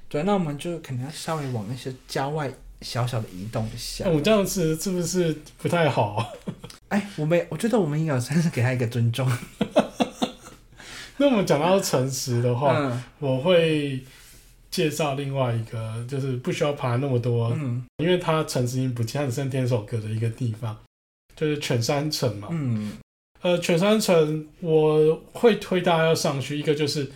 [SPEAKER 2] 对，那我们就可能要稍微往一些郊外小小的移动一下。
[SPEAKER 1] 那我这样子是不是不太好啊？
[SPEAKER 2] 哎，我们我觉得我们应该有算是给他一个尊重。
[SPEAKER 1] 那我们讲到诚实的话，
[SPEAKER 2] 嗯
[SPEAKER 1] 我会介绍另外一个，就是不需要爬那么多，
[SPEAKER 2] 嗯
[SPEAKER 1] 因为它城市音不见，它只剩天首阁的一个地方，就是犬山城嘛。
[SPEAKER 2] 嗯，
[SPEAKER 1] 呃，犬山城我会推大家要上去，一个就是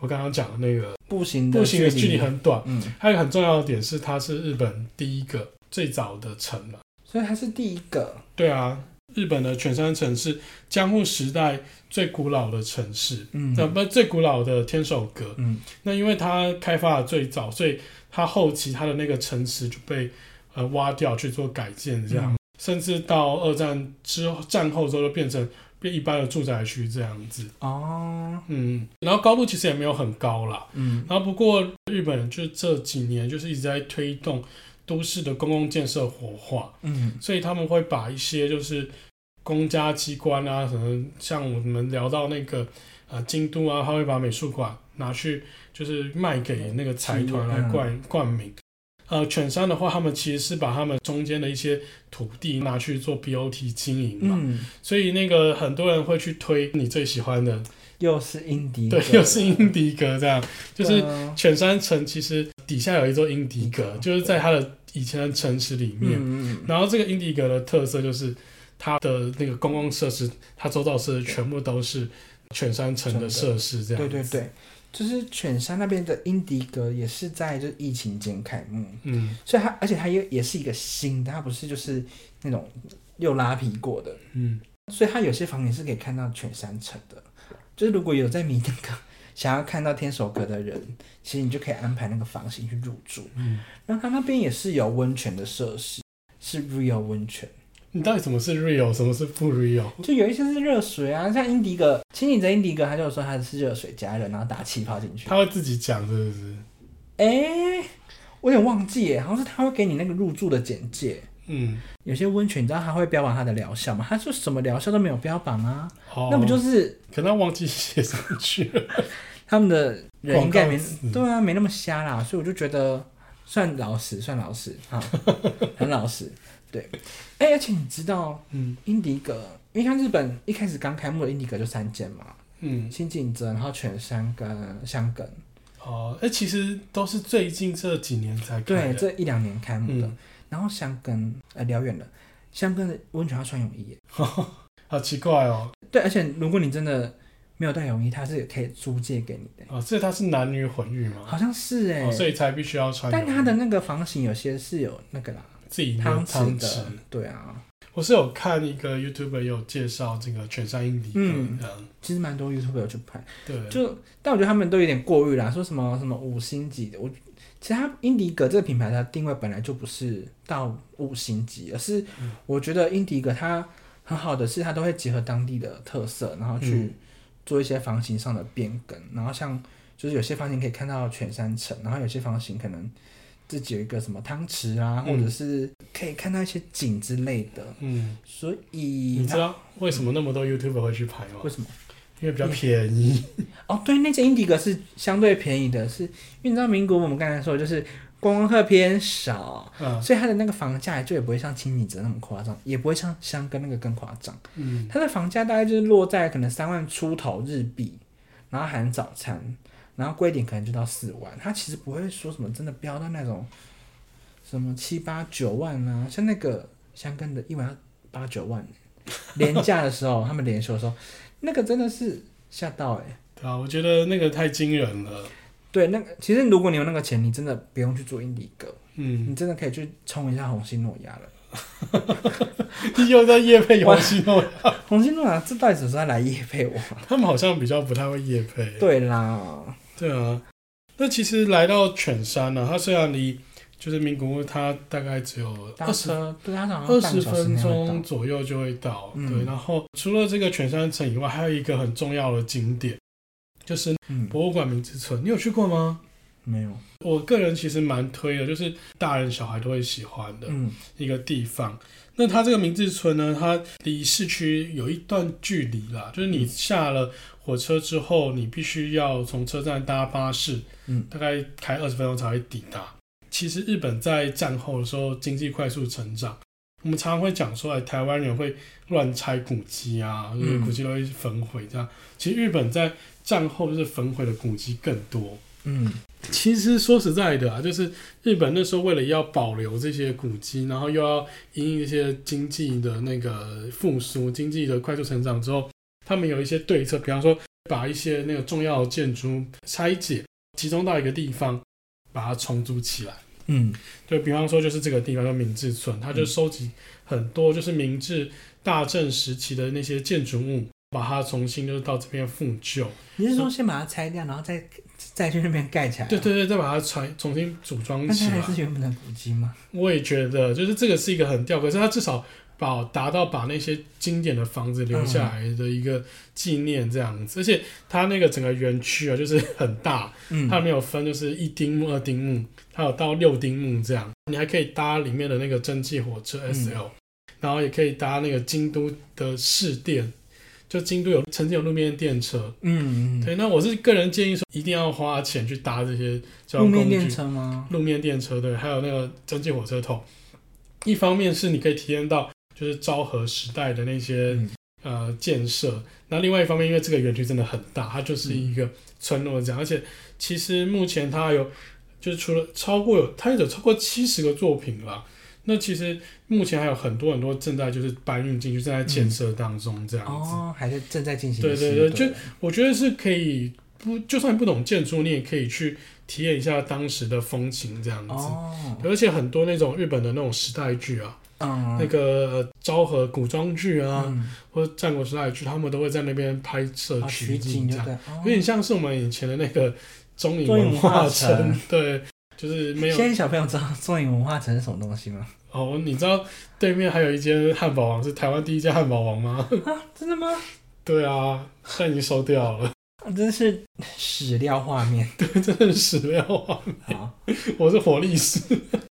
[SPEAKER 1] 我刚刚讲的那个
[SPEAKER 2] 步行的
[SPEAKER 1] 步行的距离很短，
[SPEAKER 2] 嗯，
[SPEAKER 1] 还有一个很重要的点是它是日本第一个最早的城嘛。
[SPEAKER 2] 所以他是第一个。
[SPEAKER 1] 对啊，日本的犬山城是江户时代最古老的城市，
[SPEAKER 2] 嗯
[SPEAKER 1] 那、不最古老的天守阁。
[SPEAKER 2] 嗯
[SPEAKER 1] 那因为它开发的最早，所以它后期它的那个城池就被呃挖掉去做改建，这样，
[SPEAKER 2] 嗯
[SPEAKER 1] 甚至到二战之后战后之后就变成变一般的住宅区这样子。
[SPEAKER 2] 哦
[SPEAKER 1] 嗯，然后高度其实也没有很高啦。
[SPEAKER 2] 嗯
[SPEAKER 1] 然后不过日本就这几年就是一直在推动都市的公共建设活化，
[SPEAKER 2] 嗯
[SPEAKER 1] 所以他们会把一些就是公家机关啊，什么像我们聊到那个呃京都啊，他会把美术馆拿去就是卖给那个财团来冠冠名。呃，犬山的话，他们其实是把他们中间的一些土地拿去做 BOT 经营嘛，
[SPEAKER 2] 嗯，
[SPEAKER 1] 所以那个很多人会去推你最喜欢的，
[SPEAKER 2] 又是印第
[SPEAKER 1] 对，又是印第格这样，就是
[SPEAKER 2] 嗯
[SPEAKER 1] 犬山城其实底下有一座英迪格，就是在它的以前的城池里面。
[SPEAKER 2] 啊嗯
[SPEAKER 1] 然后这个英迪格的特色就是它的那个公共设施，它周遭设施全部都是犬山城的设施，这样。
[SPEAKER 2] 对对。对，就是犬山那边的英迪格也是在就是疫情间开幕，
[SPEAKER 1] 嗯
[SPEAKER 2] 所以它而且它也也是一个新的，它不是就是那种又拉皮过的，
[SPEAKER 1] 嗯，
[SPEAKER 2] 所以它有些房也是可以看到犬山城的。就是如果有在迷那个 想要看到天守阁的人，其实你就可以安排那个房型去入住。
[SPEAKER 1] 嗯，
[SPEAKER 2] 然后它那边也是有温泉的设施，是 real 温泉，
[SPEAKER 1] 你到底什么是 real，什么是不 real？
[SPEAKER 2] 就有一些是热水啊，像英迪格，其实你在英迪格，他就说他是热水加热，然后打气泡进去。
[SPEAKER 1] 他会自己讲是不是？
[SPEAKER 2] 哎、我有点忘记耶，好像是他会给你那个入住的简介。
[SPEAKER 1] 嗯，
[SPEAKER 2] 有些温泉你知道它会标榜它的疗效吗？它就什么疗效都没有标榜啊，
[SPEAKER 1] 哦，？
[SPEAKER 2] 那不就是是
[SPEAKER 1] 可能他忘记写上去了。
[SPEAKER 2] 他们的人应该
[SPEAKER 1] 广告
[SPEAKER 2] 没
[SPEAKER 1] 词
[SPEAKER 2] 对啊，没那么瞎啦，所以我就觉得算老实，算老实 啊，很老实。对，哎、而且你知道
[SPEAKER 1] 嗯
[SPEAKER 2] 英迪格，因为像日本一开始刚开幕的英迪格就三间嘛，
[SPEAKER 1] 嗯，
[SPEAKER 2] 新井泽，然后犬山跟香根，
[SPEAKER 1] 哦，哎、其实都是最近这几年才开
[SPEAKER 2] 对，
[SPEAKER 1] 的。
[SPEAKER 2] 这一两年开幕的。
[SPEAKER 1] 嗯
[SPEAKER 2] 然后香根，呃，聊远了，香根的温泉要穿泳衣耶。
[SPEAKER 1] 好奇怪哦，
[SPEAKER 2] 对，而且如果你真的没有带泳衣，它是可以租借给你的，
[SPEAKER 1] 啊、所以它是男女混浴吗？
[SPEAKER 2] 好像是哎、
[SPEAKER 1] 哦，所以才必须要穿泳衣。
[SPEAKER 2] 但它的那个房型有些是有那个啦，
[SPEAKER 1] 自己的
[SPEAKER 2] 汤
[SPEAKER 1] 嗯汤
[SPEAKER 2] 的
[SPEAKER 1] 匙，，
[SPEAKER 2] 对啊，
[SPEAKER 1] 我是有看一个 YouTube 有介绍这个犬山英迪
[SPEAKER 2] 嗯
[SPEAKER 1] 格，嗯，
[SPEAKER 2] 其实蛮多 YouTube 有去拍，
[SPEAKER 1] 对，
[SPEAKER 2] 就但我觉得他们都有点过誉啦，说什么什么五星级的，我其实它英迪格这个品牌它定位本来就不是到五星级，而是
[SPEAKER 1] 嗯
[SPEAKER 2] 我觉得英迪格它很好的是它都会结合当地的特色，然后去
[SPEAKER 1] 嗯
[SPEAKER 2] 做一些房型上的变更，然后像就是有些房型可以看到全山城，然后有些房型可能自己有一个什么汤池啊，
[SPEAKER 1] 嗯
[SPEAKER 2] 或者是可以看到一些景之类的，
[SPEAKER 1] 嗯，
[SPEAKER 2] 所以嗯
[SPEAKER 1] 你知道为什么那么多 YouTube 会去拍吗
[SPEAKER 2] 为？什么？
[SPEAKER 1] 因为比较便宜，
[SPEAKER 2] 哦，对，那间 Indigo 是相对便宜的，是因为你知道民国我们刚才说的就是观光客偏少，
[SPEAKER 1] 嗯
[SPEAKER 2] 所以它的那个房价就也不会像青米泽那么夸张，也不会像香根那个更夸张。
[SPEAKER 1] 嗯，
[SPEAKER 2] 它的房价大概就是落在可能三万出头日币，然后含早餐，然后贵一点可能就到四万。它其实不会说什么真的飙到那种什么七八九万啊，像那个香根的一晚要八九万，廉价的时候他们连休的时候，那个真的是吓到哎、
[SPEAKER 1] 对啊，我觉得那个太惊人了，
[SPEAKER 2] 对，那个其实如果你有那个钱，你真的不用去做印第格，你
[SPEAKER 1] 嗯，
[SPEAKER 2] 真的可以去冲一下红心诺亚了。
[SPEAKER 1] 又在夜配游 戏弄，
[SPEAKER 2] 红心诺亚这到底 什么时候来夜配我？啊
[SPEAKER 1] 他们好像比较不太会夜配，
[SPEAKER 2] 对啦，
[SPEAKER 1] 对啊，那其实来到犬山呢、啊它虽然离就是名古屋，它大概只有
[SPEAKER 2] 搭
[SPEAKER 1] 二十
[SPEAKER 2] 车对，他好像
[SPEAKER 1] 二
[SPEAKER 2] 半个
[SPEAKER 1] 十
[SPEAKER 2] 小嗯时
[SPEAKER 1] 分
[SPEAKER 2] 内会
[SPEAKER 1] 钟
[SPEAKER 2] 到。
[SPEAKER 1] 左右就会到。
[SPEAKER 2] 嗯
[SPEAKER 1] 对，然后除了这个犬山城以外，还有一个很重要的景点，就是
[SPEAKER 2] 嗯，
[SPEAKER 1] 博物馆明之村。你有去过吗？
[SPEAKER 2] 没有。
[SPEAKER 1] 我个人其实蛮推的，就是大人小孩都会喜欢的
[SPEAKER 2] 嗯
[SPEAKER 1] 一个地方。那它这个明治村呢，它离市区有一段距离啦，就是你
[SPEAKER 2] 嗯
[SPEAKER 1] 下了火车之后，你必须要从车站搭巴士，
[SPEAKER 2] 嗯
[SPEAKER 1] 大概开二十分钟才会抵达。其实日本在战后的时候经济快速成长，我们常常会讲说，哎，台湾人会乱拆古迹啊，就是
[SPEAKER 2] 嗯
[SPEAKER 1] 古迹都会焚毁这样。其实日本在战后就是焚毁的古迹更多。
[SPEAKER 2] 嗯
[SPEAKER 1] 其实说实在的啊，就是日本那时候为了要保留这些古迹，然后又要因应一些经济的那个复苏、经济的快速成长之后，他们有一些对策，比方说把一些那个重要的建筑拆解，集中到一个地方，把它重组起来。
[SPEAKER 2] 嗯
[SPEAKER 1] 对比方说，就是这个地方叫明治村，它就收集很多就是明治大正时期的那些建筑物，把它重新就是到这边复旧。
[SPEAKER 2] 你是说先把它拆掉，然后再再去那边盖起来？啊
[SPEAKER 1] 对，对对，再把它重重新组装
[SPEAKER 2] 那
[SPEAKER 1] 起
[SPEAKER 2] 它
[SPEAKER 1] 来
[SPEAKER 2] 还。是原本的古迹吗？
[SPEAKER 1] 我也觉得，就是这个是一个很吊，可是他至少把达到把那些经典的房子留下来的一个纪念这样子，而且它那个整个园区啊，就是很大，
[SPEAKER 2] 嗯
[SPEAKER 1] 它没有分就是一丁目、二丁目，它有到六丁目这样，你还可以搭里面的那个蒸汽火车
[SPEAKER 2] 嗯
[SPEAKER 1] SL，、然后也可以搭那个京都的市电，就京都有曾经有路面电车，
[SPEAKER 2] 嗯嗯，
[SPEAKER 1] 对，那我是个人建议说一定要花钱去搭这些交通
[SPEAKER 2] 嗯路
[SPEAKER 1] 工
[SPEAKER 2] 面
[SPEAKER 1] 具，
[SPEAKER 2] 电车吗？
[SPEAKER 1] 路面电车对，还有那个蒸汽火车头。一方面是你可以体验到就是昭和时代的那些、
[SPEAKER 2] 嗯
[SPEAKER 1] 呃建设，那另外一方面，因为这个园区真的很大，它就是一
[SPEAKER 2] 嗯
[SPEAKER 1] 个村落这样，而且其实目前它有就是除了超过有它有超过七十个作品了。那其实目前还有很多很多正在就是搬运进去，正在建设当中这样子。
[SPEAKER 2] 哦，还是正在进行
[SPEAKER 1] 对
[SPEAKER 2] 时。
[SPEAKER 1] 对对就我觉得是可以不就算不懂建筑，你也可以去体验一下当时的风情这样子。
[SPEAKER 2] 哦，
[SPEAKER 1] 而且很多那种日本的那种时代剧啊，
[SPEAKER 2] 嗯，
[SPEAKER 1] 那个呃昭和古装剧啊，
[SPEAKER 2] 嗯
[SPEAKER 1] 或者战国时代剧，他们都会在那边拍摄
[SPEAKER 2] 哦取
[SPEAKER 1] 呃景
[SPEAKER 2] 景
[SPEAKER 1] 这
[SPEAKER 2] 就
[SPEAKER 1] 样，
[SPEAKER 2] 对，哦
[SPEAKER 1] 有点像是我们以前的那个中影
[SPEAKER 2] 中影
[SPEAKER 1] 文化
[SPEAKER 2] 文化城
[SPEAKER 1] 城， 对，就是没有
[SPEAKER 2] 现在小朋友知道中影文化城是什么东西吗？
[SPEAKER 1] 哦，你知道对面还有一间汉堡王是台湾第一家汉堡王吗？
[SPEAKER 2] 啊，真的吗？
[SPEAKER 1] 对啊，现在已经收掉了，
[SPEAKER 2] 啊真是史料画 面。
[SPEAKER 1] 对，真的是史料啊，
[SPEAKER 2] 好，
[SPEAKER 1] 我是活历史。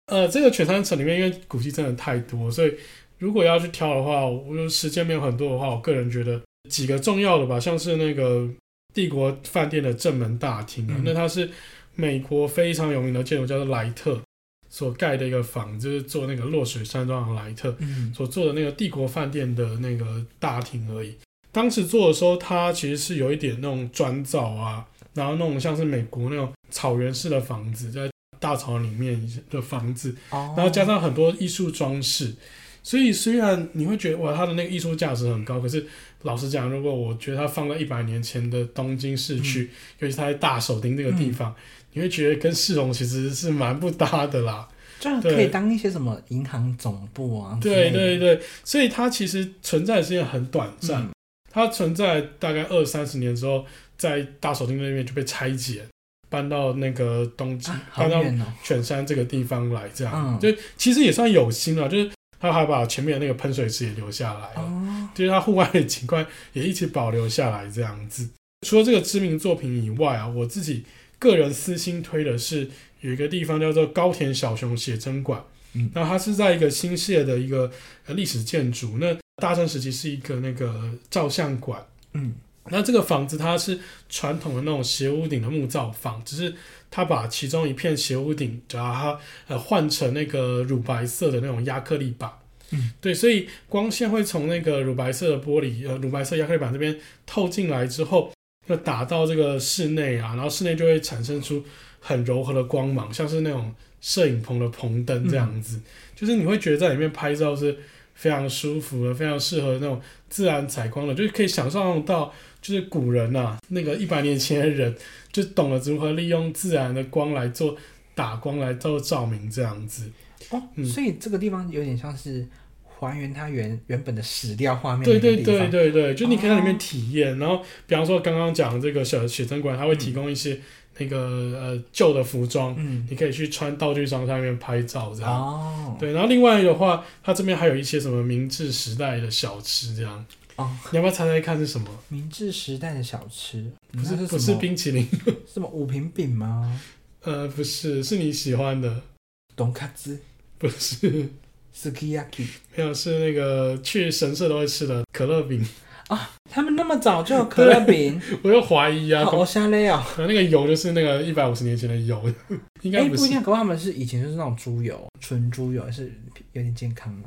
[SPEAKER 1] 呃，这个全山城里面，因为古迹真的太多，所以如果要去挑的话，我就时间没有很多的话，我个人觉得几个重要的吧，像是那个帝国饭店的正门大厅、啊，
[SPEAKER 2] 嗯
[SPEAKER 1] 那它是美国非常有名的建筑叫做莱特所盖的一个房，就是做那个落水山庄的莱特
[SPEAKER 2] 嗯
[SPEAKER 1] 所做的那个帝国饭店的那个大厅而已。当时做的时候，它其实是有一点那种砖造啊，然后那种像是美国那种草原式的房子，在大草里面的房子，
[SPEAKER 2] 哦，
[SPEAKER 1] 然后加上很多艺术装饰。所以虽然你会觉得哇，它的那个艺术价值很高，可是老实讲，如果我觉得它放在一百年前的东京市区，尤其它在大手町这个地方，你会觉得跟市容其实是蛮不搭的啦。
[SPEAKER 2] 这可以当一些什么银行总部啊之
[SPEAKER 1] 对
[SPEAKER 2] 类的，
[SPEAKER 1] 对对，所以它其实存在的时间很短暂，
[SPEAKER 2] 嗯
[SPEAKER 1] 它存在大概二三十年之后，在大手町那边就被拆解，搬到那个东京，
[SPEAKER 2] 啊，好
[SPEAKER 1] 搬到
[SPEAKER 2] 远哦，
[SPEAKER 1] 犬山这个地方来，这样、
[SPEAKER 2] 嗯
[SPEAKER 1] 就其实也算有心了，就是他还把前面的那个喷水池也留下来了，
[SPEAKER 2] 哦，
[SPEAKER 1] 就是他户外的景观也一起保留下来这样子。除了这个知名作品以外啊，我自己个人私心推的是有一个地方叫做高田小熊写真馆，
[SPEAKER 2] 嗯
[SPEAKER 1] 那它是在一个新泻的一个呃历史建筑，那大正时期是一个那个照相馆。
[SPEAKER 2] 嗯
[SPEAKER 1] 那这个房子它是传统的那种斜屋顶的木造房，只是它把其中一片斜屋顶，把它呃换成那个乳白色的那种亚克力板。
[SPEAKER 2] 嗯，
[SPEAKER 1] 对，所以光线会从那个乳白色的玻璃，呃，乳白色亚克力板这边透进来之后，就打到这个室内啊，然后室内就会产生出很柔和的光芒，像是那种摄影棚的棚灯这样子，就是你会觉得在里面拍照是非常舒服的，非常适合那种自然采光的，就是可以享受到就是古人呐、那个一百年前的人就懂得如何利用自然的光来做打光来做照明这样子。
[SPEAKER 2] 哦
[SPEAKER 1] 嗯，
[SPEAKER 2] 所以这个地方有点像是还原它原原本的史料画面那
[SPEAKER 1] 对
[SPEAKER 2] 个
[SPEAKER 1] 对
[SPEAKER 2] 地方。
[SPEAKER 1] 对对对，就你可以在里
[SPEAKER 2] 哦
[SPEAKER 1] 面体验。然后，比方说刚刚讲这个小写真馆，它会提供一些那个、
[SPEAKER 2] 哦
[SPEAKER 1] 呃旧的服装，
[SPEAKER 2] 嗯，
[SPEAKER 1] 你可以去穿道具商上面拍照这样。
[SPEAKER 2] 哦，
[SPEAKER 1] 对，然后另外的话，它这边还有一些什么明治时代的小吃，这样
[SPEAKER 2] 哦，
[SPEAKER 1] 你要不要猜猜看是什么？
[SPEAKER 2] 明治时代的小吃，
[SPEAKER 1] 不是
[SPEAKER 2] 那
[SPEAKER 1] 不
[SPEAKER 2] 什
[SPEAKER 1] 是
[SPEAKER 2] 么
[SPEAKER 1] 冰淇淋，
[SPEAKER 2] 什么五平饼吗？
[SPEAKER 1] 呃，不是，是你喜欢的，
[SPEAKER 2] 东卡兹
[SPEAKER 1] 不是，
[SPEAKER 2] sukiyaki，
[SPEAKER 1] 没有，是那个去神社都会吃的可乐饼。
[SPEAKER 2] 他们那么早就 有可乐饼，
[SPEAKER 1] 我又怀疑 啊，
[SPEAKER 2] 好吓嘞哦！
[SPEAKER 1] 可能那个油就是那个一百五十年前的油， 应
[SPEAKER 2] 哎、
[SPEAKER 1] 该不
[SPEAKER 2] 不
[SPEAKER 1] 是。
[SPEAKER 2] 一定，可能他们是以前就是那种猪油，纯猪油是有点健 康嘛。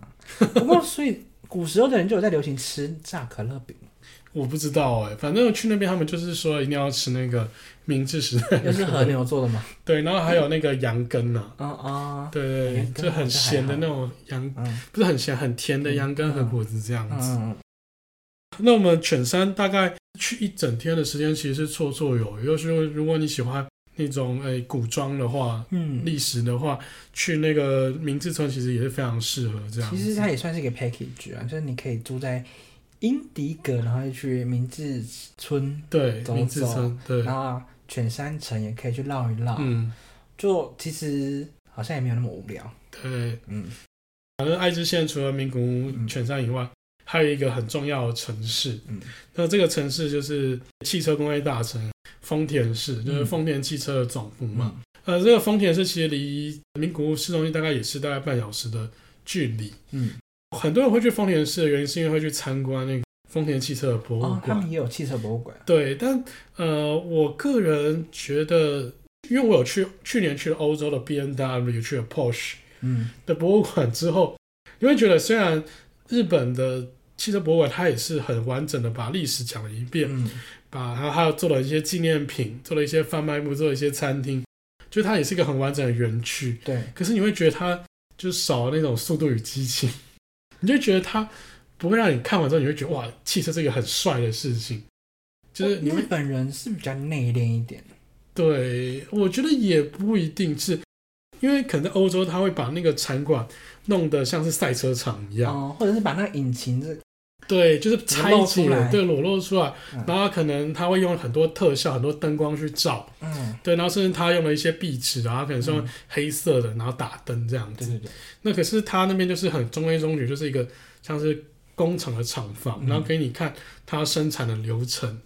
[SPEAKER 2] 不过，所以古时候的人就有在流行吃炸可乐 饼，
[SPEAKER 1] 我不知道哎、反正去那边他们就是说一定要吃那个明治时代
[SPEAKER 2] 又
[SPEAKER 1] 的
[SPEAKER 2] 是
[SPEAKER 1] 可
[SPEAKER 2] 和
[SPEAKER 1] 乐，
[SPEAKER 2] 牛做的嘛。
[SPEAKER 1] 对，然后还有那个羊羹呐、啊，
[SPEAKER 2] 嗯啊，
[SPEAKER 1] 对对
[SPEAKER 2] 羊
[SPEAKER 1] 对，
[SPEAKER 2] 羹
[SPEAKER 1] 就很咸的那种羊，
[SPEAKER 2] 嗯
[SPEAKER 1] 不是很咸很甜的羊羹和果子这样
[SPEAKER 2] 嗯
[SPEAKER 1] 子。
[SPEAKER 2] 嗯，
[SPEAKER 1] 那我们犬山大概去一整天的时间其实是绰绰有余，就是说如果你喜欢那种诶、古装的话。
[SPEAKER 2] 嗯
[SPEAKER 1] 历史的话，去那个明治村其实也是非常适合这样子。
[SPEAKER 2] 其实它也算是一个 package 啊，就是你可以住在英迪格，然后又去明治村，
[SPEAKER 1] 对
[SPEAKER 2] 走
[SPEAKER 1] 明治村，对，
[SPEAKER 2] 然后犬山城也可以去绕一绕，
[SPEAKER 1] 嗯，
[SPEAKER 2] 就其实好像也没有那么无聊。
[SPEAKER 1] 对，
[SPEAKER 2] 嗯，
[SPEAKER 1] 反正爱知县除了名古屋、
[SPEAKER 2] 嗯
[SPEAKER 1] 犬山以外，还有一个很重要的城市。
[SPEAKER 2] 嗯
[SPEAKER 1] 那这个城市就是汽车工业大城丰田市，就是
[SPEAKER 2] 嗯
[SPEAKER 1] 丰田汽车的总部嘛。呃，这个丰田市其实离名古屋市中心大概也是大概半小时的距离。
[SPEAKER 2] 嗯，
[SPEAKER 1] 很多人会去丰田市的原因是因为会去参观那个丰田汽车的博物
[SPEAKER 2] 哦，他
[SPEAKER 1] 馆。
[SPEAKER 2] 们也有汽车博物馆。
[SPEAKER 1] 对，但呃，我个人觉得，因为我有去去年去了欧洲的 B N W，去了 Porsche。
[SPEAKER 2] 嗯
[SPEAKER 1] 的博物馆之后，你会觉得虽然日本的汽车博物馆它也是很完整的把历史讲了一遍，
[SPEAKER 2] 嗯
[SPEAKER 1] 把它还有做了一些纪念品，做了一些贩卖部，做了一些餐厅，就它也是一个很完整的园区。
[SPEAKER 2] 对，
[SPEAKER 1] 可是你会觉得它就少了那种速度与激情，你就觉得它不会让你看完之后你会觉得哇，汽车是一个很帅的事情，就是你会
[SPEAKER 2] 日本人是比较内敛一点，
[SPEAKER 1] 对，我觉得也不一定是，因为可能在欧洲他会把那个场馆弄得像是赛车场一样，
[SPEAKER 2] 哦，或者是把那个引擎这，
[SPEAKER 1] 对，就是拆解
[SPEAKER 2] 裸露出来
[SPEAKER 1] 对，裸露出来，
[SPEAKER 2] 嗯
[SPEAKER 1] 然后可能他会用很多特效、很多灯光去照，
[SPEAKER 2] 嗯，
[SPEAKER 1] 对，然后甚至他用了一些壁纸啊，可能是用
[SPEAKER 2] 嗯
[SPEAKER 1] 黑色的，然后打灯这样
[SPEAKER 2] 对
[SPEAKER 1] 子。
[SPEAKER 2] 对对，
[SPEAKER 1] 那可是他那边就是很中规中矩，就是一个像是工厂的厂房，
[SPEAKER 2] 嗯
[SPEAKER 1] 然后给你看它生产的流程，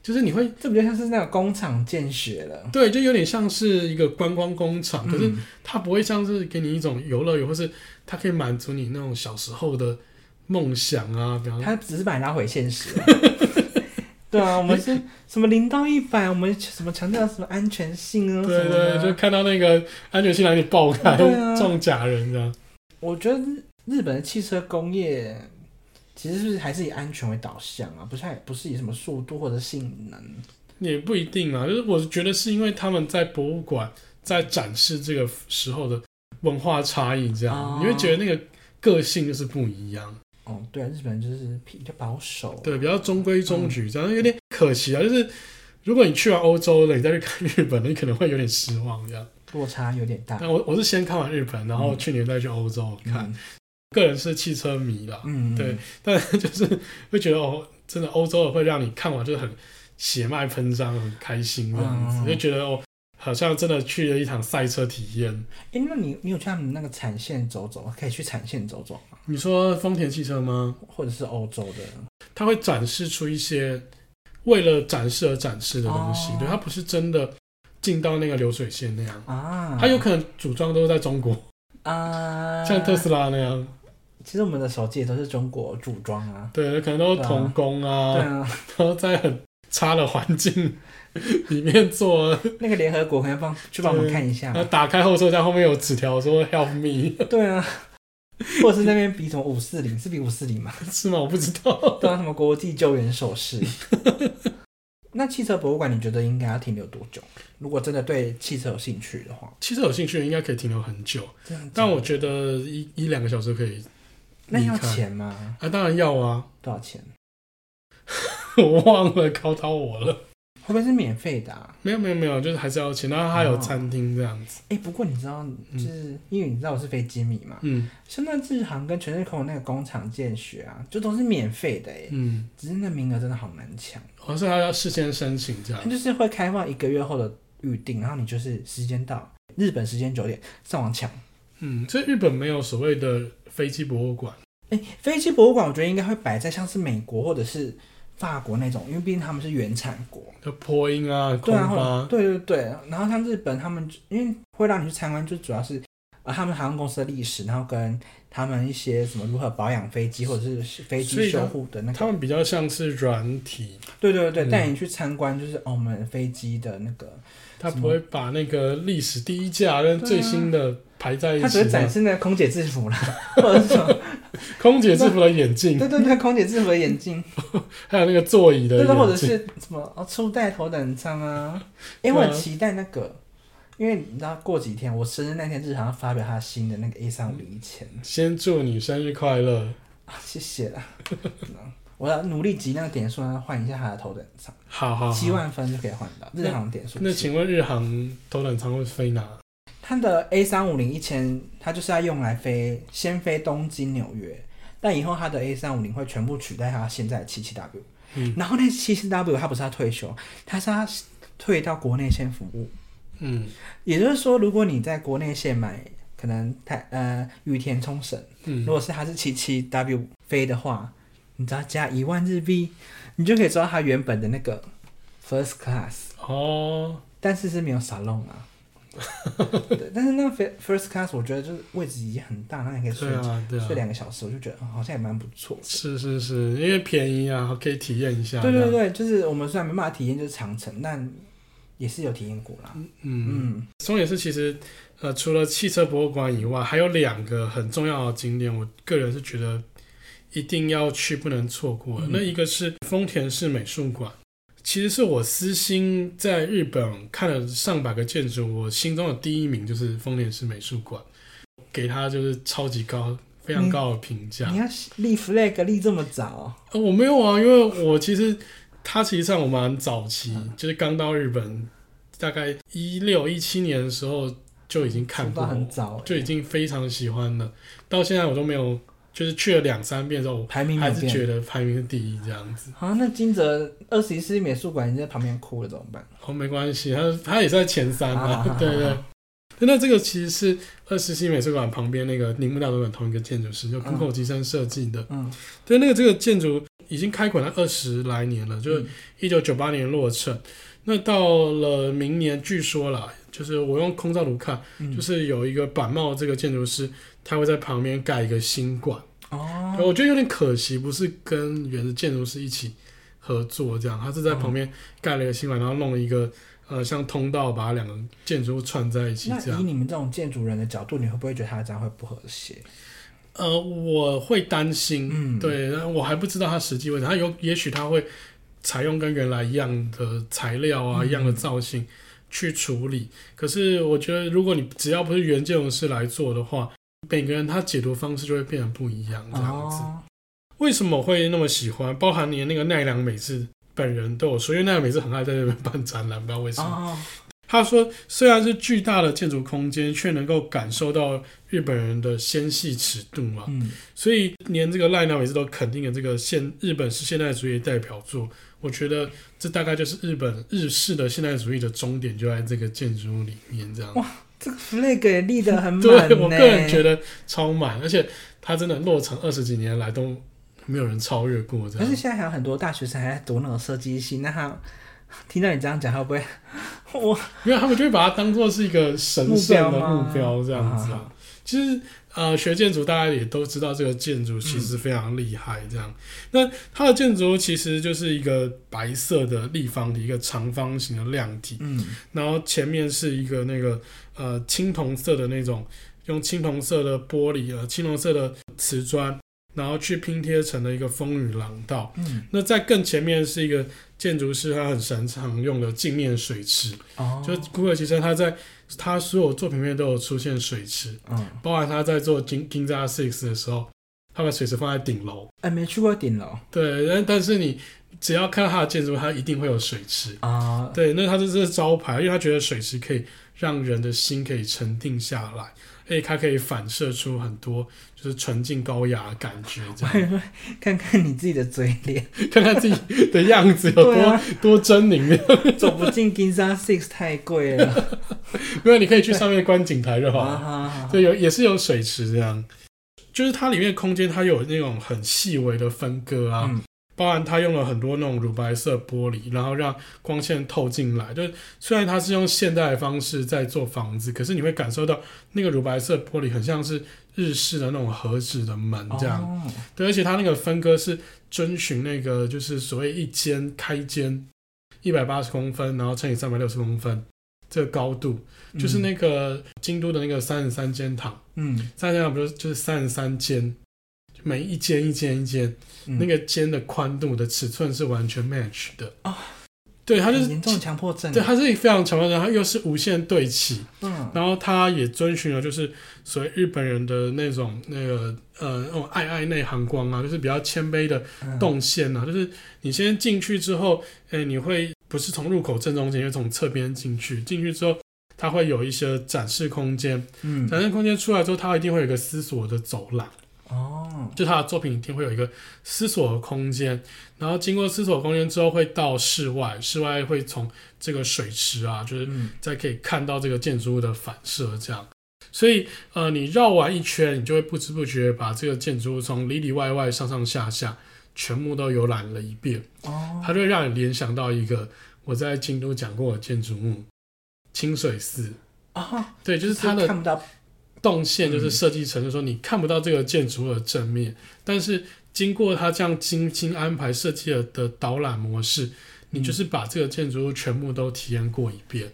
[SPEAKER 1] 就是你会
[SPEAKER 2] 这比较像是那个工厂见血了。
[SPEAKER 1] 对，就有点像是一个观光工厂，可是
[SPEAKER 2] 嗯
[SPEAKER 1] 它不会像是给你一种游乐园，或是它可以满足你那种小时候的梦想啊，比方说
[SPEAKER 2] 他只是把你拉回现实 啊。对啊，我们是什么零到一百，我们什么强调什么安全性啊，
[SPEAKER 1] 对
[SPEAKER 2] 什么的
[SPEAKER 1] 对，就看到那个安全性来你爆开，
[SPEAKER 2] 对啊
[SPEAKER 1] 撞假人这样。
[SPEAKER 2] 我觉得日日本的汽车工业其实是不是还是以安全为导向啊，不是还不是以什么速度或者性能。
[SPEAKER 1] 也不一定啊，就是我觉得是因为他们在博物馆在展示这个时候的文化差异，这样、
[SPEAKER 2] 哦
[SPEAKER 1] 你会觉得那个个性就是不一样，
[SPEAKER 2] 哦，对啊，日本人就是比较保守。
[SPEAKER 1] 对，比较中规中
[SPEAKER 2] 嗯
[SPEAKER 1] 矩，这样有点可惜啊。就是如果你去完欧洲了，你再去看日本，你可能会有点失望这样。
[SPEAKER 2] 落差有点大。
[SPEAKER 1] 但我我是先看完日本，然后
[SPEAKER 2] 嗯
[SPEAKER 1] 去年再去欧洲看。
[SPEAKER 2] 嗯，
[SPEAKER 1] 个人是汽车迷啦，
[SPEAKER 2] 嗯，
[SPEAKER 1] 对但就是会觉得哦，真的欧洲的会让你看完就是很血脉喷张，很开心这样子，
[SPEAKER 2] 嗯
[SPEAKER 1] 就觉得哦，好像真的去了一场赛车体验。
[SPEAKER 2] 哎、那你你有去他们那个产线走走？可以去产线走走吗？
[SPEAKER 1] 你说丰田汽车吗？
[SPEAKER 2] 或者是欧洲的？
[SPEAKER 1] 它会展示出一些为了展示而展示的东西，
[SPEAKER 2] 哦
[SPEAKER 1] 对，它不是真的进到那个流水线那样，
[SPEAKER 2] 啊，
[SPEAKER 1] 它有可能组装都是在中国，
[SPEAKER 2] 啊，
[SPEAKER 1] 像特斯拉那样，
[SPEAKER 2] 其实我们的手机也都是中国组装啊。
[SPEAKER 1] 对，可能都是童工啊，
[SPEAKER 2] 对啊，
[SPEAKER 1] 然后在很差的环境里面做啊，
[SPEAKER 2] 那个联合国可能帮去帮我们看一下
[SPEAKER 1] 然。后打开后车厢后面有纸条说 “Help me”，
[SPEAKER 2] 对啊，或者是那边比什么五四零，是比五四零吗？
[SPEAKER 1] 是吗？我不知道。
[SPEAKER 2] 对啊，什么国际救援手势。那汽车博物馆你觉得应该要停留多久？如果真的对汽车有兴趣的话，
[SPEAKER 1] 其实有兴趣的应该可以停留很久，
[SPEAKER 2] 这样子
[SPEAKER 1] 但我觉得一一两个小时可以
[SPEAKER 2] 那要
[SPEAKER 1] 你看
[SPEAKER 2] 钱吗？
[SPEAKER 1] 啊，当然要啊，
[SPEAKER 2] 多少钱？
[SPEAKER 1] 我忘了考到我了。
[SPEAKER 2] 会不会是免费的、啊？
[SPEAKER 1] 没有没有没有，就是还是要钱。然后它
[SPEAKER 2] 哦
[SPEAKER 1] 有餐厅这样子，
[SPEAKER 2] 哎、不过你知道，就是、因为你知道我是飞机迷嘛，
[SPEAKER 1] 嗯
[SPEAKER 2] 深圳制航跟全日空那个工厂建学啊，就都是免费的哎，
[SPEAKER 1] 嗯，哦
[SPEAKER 2] 只是那名额真的好难抢。
[SPEAKER 1] 好像还要事先申请这样
[SPEAKER 2] 它。就是会开放一个月后的预定，然后你就是时间到，日本时间九点上网抢。
[SPEAKER 1] 嗯，所以日本没有所谓的飞机博物馆。
[SPEAKER 2] 哎、飞机博物馆我觉得应该会摆在像是美国或者是法国那种，因为毕竟他们是原产国。
[SPEAKER 1] 就波音啊，空
[SPEAKER 2] 对啊，
[SPEAKER 1] 巴、
[SPEAKER 2] 或者对对对，然后像日本他们就，因为会让你去参观，就主要是呃他们航空公司的历史，然后跟他们一些什么如何保养飞机或者是飞
[SPEAKER 1] 所
[SPEAKER 2] 机
[SPEAKER 1] 以他
[SPEAKER 2] 修护的那
[SPEAKER 1] 他
[SPEAKER 2] 个，
[SPEAKER 1] 们比较像是软体，
[SPEAKER 2] 对对对，
[SPEAKER 1] 嗯
[SPEAKER 2] 带你去参观就是哦我们飞机的那个，
[SPEAKER 1] 他
[SPEAKER 2] 什么
[SPEAKER 1] 不会把那个历史第一架跟最新的排在一
[SPEAKER 2] 它只
[SPEAKER 1] 起
[SPEAKER 2] 是展
[SPEAKER 1] 嘛。
[SPEAKER 2] 示那个空姐制服啦， 或者是什 么，
[SPEAKER 1] 空姐制服的眼镜，
[SPEAKER 2] 对对对，空姐制服的 眼镜，
[SPEAKER 1] 还有那个座椅的眼
[SPEAKER 2] 对对，或者
[SPEAKER 1] 镜，
[SPEAKER 2] 是什么哦初代头等舱啊，哎、
[SPEAKER 1] 对啊
[SPEAKER 2] 我很期待那个。因为你知道，过几天我生日那天，日航要发表他新的那个 A 三五零一千，
[SPEAKER 1] 先祝你生日快乐。
[SPEAKER 2] 啊，谢谢 啦。嗯我要努力集那个点数，然后换一下他的头等舱，
[SPEAKER 1] 好好
[SPEAKER 2] 七
[SPEAKER 1] 好。
[SPEAKER 2] 万分就可以换到日航点数。
[SPEAKER 1] 啊那请问日航头等舱会飞哪？
[SPEAKER 2] 它的 A 三五零一千，它就是要用来飞，先飞东京、纽约，但以后它的 A 三五零会全部取代它现在的七七 W。
[SPEAKER 1] 嗯
[SPEAKER 2] 然后那七七 W 它不是要退休，它是要退到国内线服务。
[SPEAKER 1] 嗯
[SPEAKER 2] 也就是说，如果你在国内线买，可能台呃羽田、冲绳。
[SPEAKER 1] 嗯
[SPEAKER 2] 如，果是它是七七 W 飞的话，你只要加一万日币，你就可以知道它原本的那个 First Class，
[SPEAKER 1] 哦，
[SPEAKER 2] 但是是没有 Salon 啊。对，但是那个 fir- First Class 我觉得就是位置也很大，那你可以睡、
[SPEAKER 1] 对啊对啊
[SPEAKER 2] 睡，两个小时，我就觉得、哦好像也蛮不错。
[SPEAKER 1] 是是是，因为便宜啊，可以体验一下。
[SPEAKER 2] 对
[SPEAKER 1] 这
[SPEAKER 2] 对
[SPEAKER 1] 样，
[SPEAKER 2] 对，就是我们虽然没办法体验就是长城，但也是有体验过啦。
[SPEAKER 1] 嗯。
[SPEAKER 2] 嗯，
[SPEAKER 1] 松野是其实，呃，除了汽车博物馆以外，还有两个很重要的景点，我个人是觉得一定要去，不能错过的。
[SPEAKER 2] 嗯
[SPEAKER 1] 那一个是丰田市美术馆，其实是我私心在日本看了上百个建筑，我心中的第一名就是丰田市美术馆，给它就是超级高、非常高的评价。
[SPEAKER 2] 你要立 flag 立这么早哦、
[SPEAKER 1] 呃我没有啊，因为我其实它其实上我蛮早期，
[SPEAKER 2] 嗯
[SPEAKER 1] 就是刚到日本，大概一六一七年的时候就已经看
[SPEAKER 2] 出
[SPEAKER 1] 过
[SPEAKER 2] 发
[SPEAKER 1] 了，
[SPEAKER 2] 很早欸、
[SPEAKER 1] 就已经非常喜欢了。到现在我都没有，就是去了两三遍之后，
[SPEAKER 2] 排
[SPEAKER 1] 我
[SPEAKER 2] 名没
[SPEAKER 1] 还
[SPEAKER 2] 有
[SPEAKER 1] 是
[SPEAKER 2] 变。
[SPEAKER 1] 觉得排名是第一这样子。
[SPEAKER 2] 啊，那金泽二十一世纪美术馆已经在旁边哭了，怎么办？
[SPEAKER 1] 哦，没关系，它它也在前三
[SPEAKER 2] 啊
[SPEAKER 1] 啊，对对。那这个其实是二十七美术馆旁边那个铃木大主管同一个建筑师，就
[SPEAKER 2] 嗯
[SPEAKER 1] Google 吉生设计的。
[SPEAKER 2] 嗯，
[SPEAKER 1] 对，那个这个建筑已经开馆了二十来年了，就是
[SPEAKER 2] 嗯
[SPEAKER 1] 一九九八年落成。那到了明年，据说啦，就是我用空照图看，
[SPEAKER 2] 嗯
[SPEAKER 1] 就是有一个板茂这个建筑师，他会在旁边盖一个新馆。
[SPEAKER 2] 哦，
[SPEAKER 1] 我觉得有点可惜，不是跟原的建筑师一起合作这样，他
[SPEAKER 2] 哦
[SPEAKER 1] 是在旁边盖了一个新馆，然后弄了一个呃像通道，把两个建筑物串在一起
[SPEAKER 2] 那
[SPEAKER 1] 这
[SPEAKER 2] 以
[SPEAKER 1] 样。
[SPEAKER 2] 你们这种建筑人的角度，你会不会觉得他这样会不和谐？
[SPEAKER 1] 呃，我会担心，
[SPEAKER 2] 嗯
[SPEAKER 1] 对，然后我还不知道它实际位置，它有也许它会采用跟原来一样的材料啊，
[SPEAKER 2] 嗯
[SPEAKER 1] 一样的造型去处理。可是我觉得，如果你只要不是原建筑师来做的话，每个人他解读方式就会变得不一样，这样子。
[SPEAKER 2] 哦，
[SPEAKER 1] 为什么会那么喜欢？包含连那个奈良美智本人都有说，因为奈良美智很爱在这边办展览，不知道为什么。
[SPEAKER 2] 哦，
[SPEAKER 1] 他说，虽然是巨大的建筑空间，却能够感受到日本人的纤细尺度啊嘛。
[SPEAKER 2] 嗯，
[SPEAKER 1] 所以连这个赖奈美智都肯定了这个现日本是现代主义的代表作。我觉得这大概就是日本日式的现代主义的终点，就在这个建筑物里面这样。
[SPEAKER 2] 这个 flag 也立得很满呢。
[SPEAKER 1] 对我个人觉得超满， 而且它真的落成二十几年来都没有人超越过这
[SPEAKER 2] 可
[SPEAKER 1] 样
[SPEAKER 2] 是。现在还有很多大学生还在读那种设计系，那他听到你这样讲，会不会我
[SPEAKER 1] 因为他们就会把它当做是一个神圣的目标这样
[SPEAKER 2] 目
[SPEAKER 1] 子
[SPEAKER 2] 标
[SPEAKER 1] 啊
[SPEAKER 2] 吗。
[SPEAKER 1] 其实呃，学建筑大家也都知道，这个建筑其实非常厉害这样。那它的建筑其实就是一个白色的立方体，一个长方形的量体，
[SPEAKER 2] 嗯
[SPEAKER 1] 然后前面是一个那个呃青铜色的那种，用青铜色的玻璃呃青铜色的瓷砖，然后去拼贴成的一个风雨廊道。
[SPEAKER 2] 嗯
[SPEAKER 1] 那在更前面是一个建筑师他很擅长用的镜面水池，
[SPEAKER 2] 哦，
[SPEAKER 1] 就古尔其实他在他所有作品里面都有出现水池，
[SPEAKER 2] 嗯，
[SPEAKER 1] 包含他在做《金金扎 Six》的时候，他把水池放在顶楼。
[SPEAKER 2] 哎，没去过顶楼，
[SPEAKER 1] 对，但但是你只要看到它的建筑，它一定会有水池。
[SPEAKER 2] 啊，
[SPEAKER 1] 对，那它这是招牌，因为它觉得水池可以让人的心可以沉定下来，而且它可以反射出很多就是纯净高雅的感觉，这样
[SPEAKER 2] 看看你自己的嘴 脸，
[SPEAKER 1] 看看自己的样子有多、
[SPEAKER 2] 对啊，
[SPEAKER 1] 多狰狞 的。
[SPEAKER 2] 啊走不进 Ginza Six 太 贵了，
[SPEAKER 1] 没有，你可以去上面观景台就好
[SPEAKER 2] 啊
[SPEAKER 1] 了。
[SPEAKER 2] 哈哈，
[SPEAKER 1] 对，有也是有水池这样，就是它里面的空间它有那种很细微的分割啊，
[SPEAKER 2] 嗯
[SPEAKER 1] 包含它用了很多那种乳白色玻璃，然后让光线透进来。就是虽然它是用现代的方式在做房子，可是你会感受到那个乳白色玻璃很像是日式的那种盒子的门这样。
[SPEAKER 2] 哦
[SPEAKER 1] 对，而且它那个分割是遵循那个就是所谓一间开间一百八十公分，然后乘以三百六十公分这个高度，就是那个京都的那个三十三间堂，
[SPEAKER 2] 嗯
[SPEAKER 1] 三十三间堂不是就是三十三间，就每一间一间一间，
[SPEAKER 2] 嗯
[SPEAKER 1] 那个间的宽度的尺寸是完全 match 的
[SPEAKER 2] 哦
[SPEAKER 1] 对，它就是
[SPEAKER 2] 很严重的强迫症，
[SPEAKER 1] 对，它是非常强调，它又是无限对齐，
[SPEAKER 2] 嗯
[SPEAKER 1] 然后它也遵循了就是所谓日本人的那种那个呃那种爱爱内涵光啊，就是比较谦卑的
[SPEAKER 2] 嗯
[SPEAKER 1] 动线啊，就是你先进去之后，哎、你会不是从入口正中间，就是从侧边进去，进去之后。它会有一些展示空间，
[SPEAKER 2] 嗯
[SPEAKER 1] 展示空间出来之后，它一定会有一个思索的走廊，
[SPEAKER 2] 哦
[SPEAKER 1] 就他的作品一定会有一个思索的空间，然后经过思索空间之后，会到室外，室外会从这个水池啊，就是
[SPEAKER 2] 嗯
[SPEAKER 1] 再可以看到这个建筑物的反射，这样。所以，呃，你绕完一圈，你就会不知不觉把这个建筑物从里里外外、上上下下全部都游览了一遍，
[SPEAKER 2] 哦
[SPEAKER 1] 它就会让你联想到一个我在京都讲过的建筑物——清水寺。
[SPEAKER 2] 啊，
[SPEAKER 1] 对，就是它的
[SPEAKER 2] 看不到
[SPEAKER 1] 动线就是
[SPEAKER 2] 嗯
[SPEAKER 1] 设计成，就是说你看不到这个建筑物的正面，但是经过它这样精心安排设计了的导览模式，
[SPEAKER 2] 嗯
[SPEAKER 1] 你就是把这个建筑物全部都体验过一遍，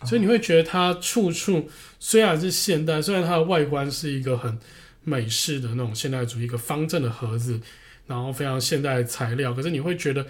[SPEAKER 2] 哦
[SPEAKER 1] 所以你会觉得它处处虽然是现代，虽然它的外观是一个很美式的那种现代主义一个方正的盒子，然后非常现代的材料，可是你会觉得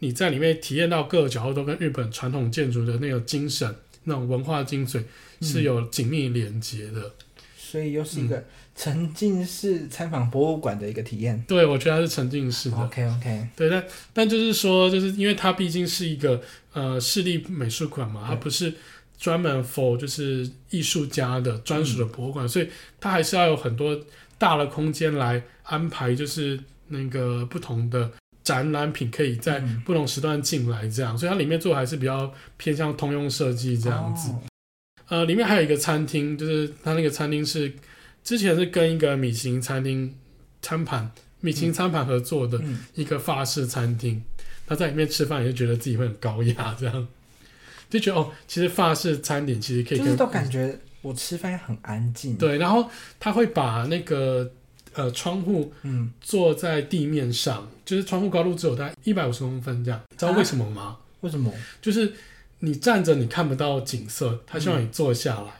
[SPEAKER 1] 你在里面体验到各个角落都跟日本传统建筑的那个精神、那种文化精髓是
[SPEAKER 2] 嗯
[SPEAKER 1] 有紧密连接的。
[SPEAKER 2] 所以又是
[SPEAKER 1] 嗯
[SPEAKER 2] 一个沉浸式参访博物馆的一个体验。
[SPEAKER 1] 对，我觉得它是沉浸式的。
[SPEAKER 2] OK OK，
[SPEAKER 1] 对，但但就是说，就是因为它毕竟是一个呃市立美术馆嘛，它
[SPEAKER 2] 对
[SPEAKER 1] 不是专门 for 就是艺术家的专属的博物馆，
[SPEAKER 2] 嗯
[SPEAKER 1] 所以它还是要有很多大的空间来安排，就是那个不同的展览品可以在
[SPEAKER 2] 嗯
[SPEAKER 1] 不同时段进来，这样，所以它里面做的还是比较偏向通用设计这样子。
[SPEAKER 2] 哦
[SPEAKER 1] 呃，里面还有一个餐厅，就是它那个餐厅是之前是跟一个米其林餐厅餐盘、米其林餐盘合作的
[SPEAKER 2] 嗯
[SPEAKER 1] 一个法式餐厅。他在里面吃饭，也就觉得自己会很高雅，这样就觉得哦，其实法式餐点其实可以
[SPEAKER 2] 就
[SPEAKER 1] 跟
[SPEAKER 2] 是都感觉我吃饭很安静。，
[SPEAKER 1] 对，然后他会把那个呃窗户
[SPEAKER 2] 嗯，
[SPEAKER 1] 坐在地面上，就是窗户高度只有大概一百五十公分这样，知
[SPEAKER 2] 啊
[SPEAKER 1] 道为什么吗？
[SPEAKER 2] 为什么？
[SPEAKER 1] 就是你站着你看不到景色，他
[SPEAKER 2] 嗯
[SPEAKER 1] 希望你坐下来。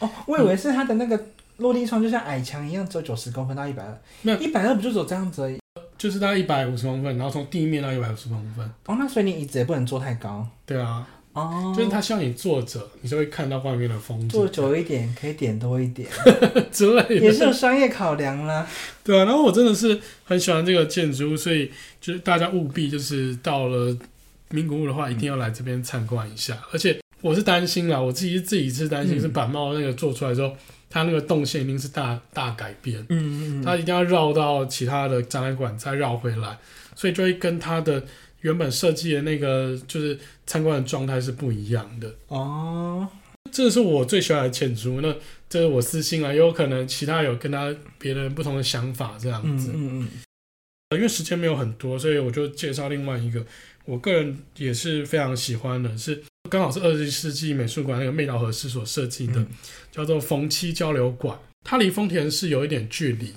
[SPEAKER 2] 哦，我以为是它的那个落地窗就像矮墙一样，只有九十公分到一百二，
[SPEAKER 1] 没有
[SPEAKER 2] 一百二不就只有这样子而已？
[SPEAKER 1] 就是大概一百五十公分，然后从地面到一百五十公分。
[SPEAKER 2] 哦，那所以你椅子也不能坐太高
[SPEAKER 1] 对啊，
[SPEAKER 2] 哦，
[SPEAKER 1] 就是他希望你坐着，你就会看到外面的风
[SPEAKER 2] 坐
[SPEAKER 1] 景
[SPEAKER 2] 久一点，可以点多一点，
[SPEAKER 1] 之类
[SPEAKER 2] 也是
[SPEAKER 1] 的。
[SPEAKER 2] 有商业考量啦。
[SPEAKER 1] 对啊，然后我真的是很喜欢这个建筑物，所以就是大家务必就是到了名古屋的话，一定要来这边参观一下。而且我是担心啦，我自己自己是担心
[SPEAKER 2] 嗯
[SPEAKER 1] 是板茂那个做出来之后，它那个动线一定是大大改变。
[SPEAKER 2] 嗯
[SPEAKER 1] 它一定要绕到其他的展览馆再绕回来，所以就会跟它的原本设计的那个就是参观的状态是不一样的。
[SPEAKER 2] 哦，
[SPEAKER 1] 这是我最喜欢的建筑，那这是我私心啊，也有可能其他有跟他别人不同的想法这样
[SPEAKER 2] 嗯
[SPEAKER 1] 子。
[SPEAKER 2] 嗯嗯，
[SPEAKER 1] 因为时间没有很多，所以我就介绍另外一个，我个人也是非常喜欢的，是刚好是二十世纪美术馆那个妹岛和世所设计的，
[SPEAKER 2] 嗯
[SPEAKER 1] 叫做逢七交流馆，它离丰田市有一点距离。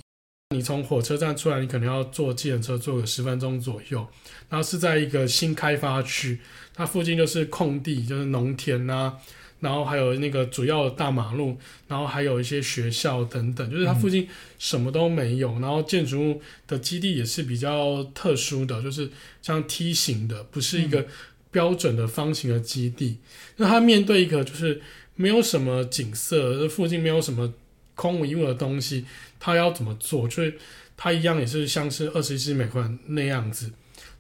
[SPEAKER 1] 你从火车站出来，你可能要坐计程车，坐个十分钟左右。然后是在一个新开发区，它附近就是空地，就是农田啊，然后还有那个主要的大马路，然后还有一些学校等等，就是它附近什么都没有。然后建筑物的基地也是比较特殊的，就是像梯形的，不是一个标准的方形的基地。那它面对一个就是没有什么景色，附近没有什么空无一物的东西，它要怎么做？就是它一样也是像是二十一世纪美馆那样子，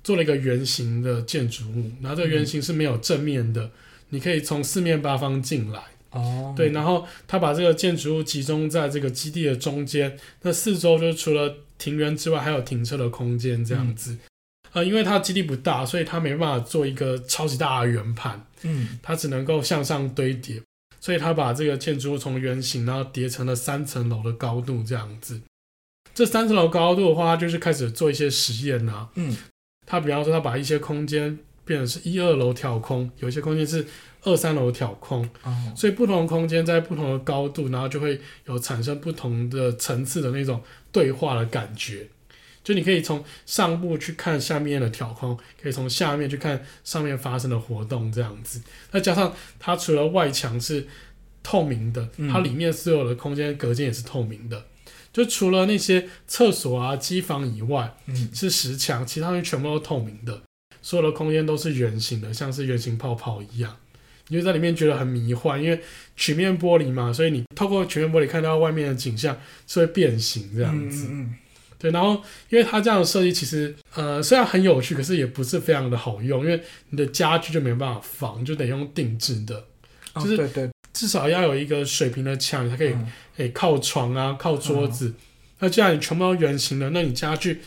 [SPEAKER 1] 做了一个圆形的建筑物，然后这个圆形是没有正面的，你可以从四面八方进来。
[SPEAKER 2] 哦，
[SPEAKER 1] 嗯对，，然后他把这个建筑物集中在这个基地的中间，那四周就是除了庭园之外，还有停车的空间这样子。呃，因为它基地不大，所以它没办法做一个超级大的圆盘，
[SPEAKER 2] 嗯，
[SPEAKER 1] 它只能够向上堆叠，所以它把这个建筑物从圆形，然后叠成了三层楼的高度这样子。这三层楼高度的话，它就是开始做一些实验啊，
[SPEAKER 2] 嗯，
[SPEAKER 1] 他比方说，他把一些空间变成是一二楼挑空，有一些空间是二三楼挑空，
[SPEAKER 2] 哦，
[SPEAKER 1] 所以不同的空间在不同的高度，然后就会有产生不同的层次的那种对话的感觉。就你可以从上部去看下面的挑空，可以从下面去看上面发生的活动这样子。那加上它除了外墙是透明的，
[SPEAKER 2] 嗯
[SPEAKER 1] 它里面所有的空间隔间也是透明的。就除了那些厕所啊、机房以外，
[SPEAKER 2] 嗯，
[SPEAKER 1] 是石墙，其他东西全部都透明的，所有的空间都是圆形的，像是圆形泡泡一样。你就在里面觉得很迷幻，因为曲面玻璃嘛，所以你透过曲面玻璃看到外面的景象是会变形这
[SPEAKER 2] 这
[SPEAKER 1] 样子。
[SPEAKER 2] 嗯，
[SPEAKER 1] 对，然后因为它这样的设计，其实呃虽然很有趣，可是也不是非常的好用，因为你的家具就没办法放，你就得用定制的，
[SPEAKER 2] 哦
[SPEAKER 1] 就是
[SPEAKER 2] 对对，
[SPEAKER 1] 至少要有一个水平的墙，你才可以
[SPEAKER 2] 嗯
[SPEAKER 1] 诶、靠床啊，靠桌子。那既然你全部都圆形的，那你家具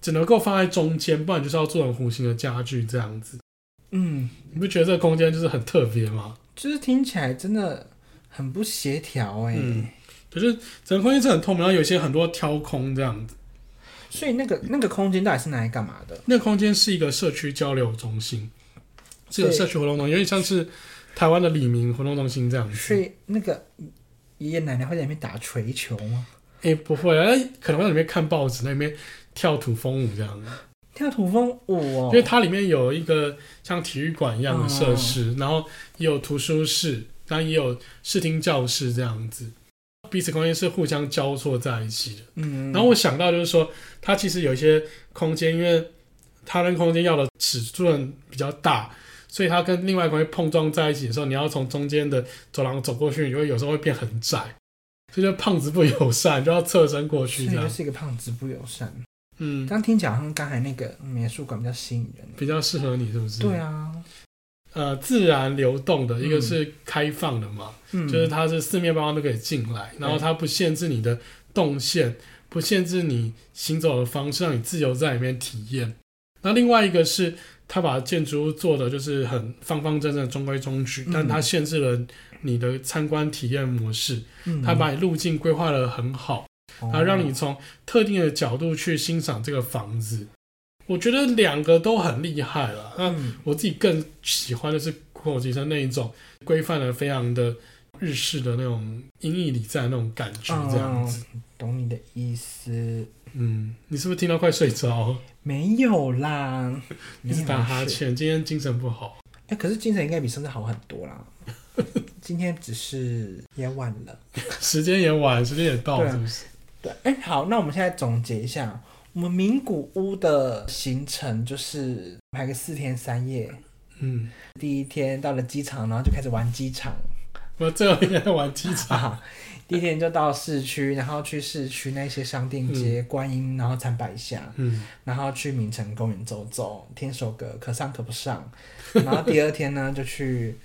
[SPEAKER 1] 只能够放在中间，不然就是要做成弧形的家具这样子。
[SPEAKER 2] 嗯，
[SPEAKER 1] 你不觉得这个空间就是很特别吗？
[SPEAKER 2] 就是听起来真的很不协调哎，
[SPEAKER 1] 嗯可是整个空间是很透明，然后有一些很多挑空这样子。
[SPEAKER 2] 所以那个那个空间到底是拿来干嘛的？
[SPEAKER 1] 那个空间是一个社区交流中心，是个
[SPEAKER 2] 对
[SPEAKER 1] 社区活动中心，有点像是台湾的李明活动中心这样
[SPEAKER 2] 所
[SPEAKER 1] 子。
[SPEAKER 2] 以那个爷爷奶奶会在里面打锤球吗？
[SPEAKER 1] 诶、不会啊，那可能会在里面看报纸，那里面跳土风舞这样子。
[SPEAKER 2] 跳土风舞哦，
[SPEAKER 1] 因为它里面有一个像体育馆一样的设施，
[SPEAKER 2] 嗯
[SPEAKER 1] 然后也有图书室，然后也有视听教室这样子，彼此空间是互相交错在一起的。
[SPEAKER 2] 嗯，
[SPEAKER 1] 然后我想到就是说，它其实有一些空间，因为它跟空间要的尺寸比较大，所以它跟另外一个空间碰撞在一起的时候，你要从中间的走廊走过去，因为有时候会变很窄，所以就胖子不友善，就要侧身过去
[SPEAKER 2] 所
[SPEAKER 1] 这
[SPEAKER 2] 以就
[SPEAKER 1] 样。
[SPEAKER 2] 是一个胖子不友善。
[SPEAKER 1] 嗯，
[SPEAKER 2] 刚听起来好像刚才那个美术馆比较吸引人。
[SPEAKER 1] 比较适合你是不是？
[SPEAKER 2] 对啊，
[SPEAKER 1] 呃自然流动的，一个
[SPEAKER 2] 嗯
[SPEAKER 1] 是开放的嘛，
[SPEAKER 2] 嗯，
[SPEAKER 1] 就是它是四面八方都可以进来，然后它不限制你的动线，不限制你行走的方式，让你自由在里面体验。那另外一个是，它把建筑物做的就是很方方正正、中规中矩，但
[SPEAKER 2] 嗯
[SPEAKER 1] 它限制了你的参观体验模式，
[SPEAKER 2] 嗯
[SPEAKER 1] 它把你路径规划得很好。
[SPEAKER 2] 哦
[SPEAKER 1] 啊，让你从特定的角度去欣赏这个房子。我觉得两个都很厉害了。那
[SPEAKER 2] 嗯
[SPEAKER 1] 我自己更喜欢的是苦口吉生那一种规范的非常的日式的那种音译里在那种感觉
[SPEAKER 2] 哦
[SPEAKER 1] 这样子。
[SPEAKER 2] 懂你的意思。
[SPEAKER 1] 嗯，你是不是听到快睡着？
[SPEAKER 2] 没有啦，
[SPEAKER 1] 你是
[SPEAKER 2] 没有
[SPEAKER 1] 打哈
[SPEAKER 2] 是。
[SPEAKER 1] 欠，今天精神不 好。
[SPEAKER 2] 哎、可是精神应该比上次好很 多啦。今天只是也晚了。
[SPEAKER 1] 时间也晚，时间也到
[SPEAKER 2] 对
[SPEAKER 1] 了，
[SPEAKER 2] 啊
[SPEAKER 1] 是不是？
[SPEAKER 2] 对，哎、好，那我们现在总结一下，我们名古屋的行程就是排个四天三夜。
[SPEAKER 1] 嗯，
[SPEAKER 2] 第一天到了机场，然后就开始玩机 场。
[SPEAKER 1] 我最后一天玩机场。
[SPEAKER 2] 啊，第一天就到市区，然后去市区那些商店街、观音，然后参拜一下，
[SPEAKER 1] 嗯，
[SPEAKER 2] 然后去明城公园走走，听首歌，可上可不上。 然后第二天呢，就去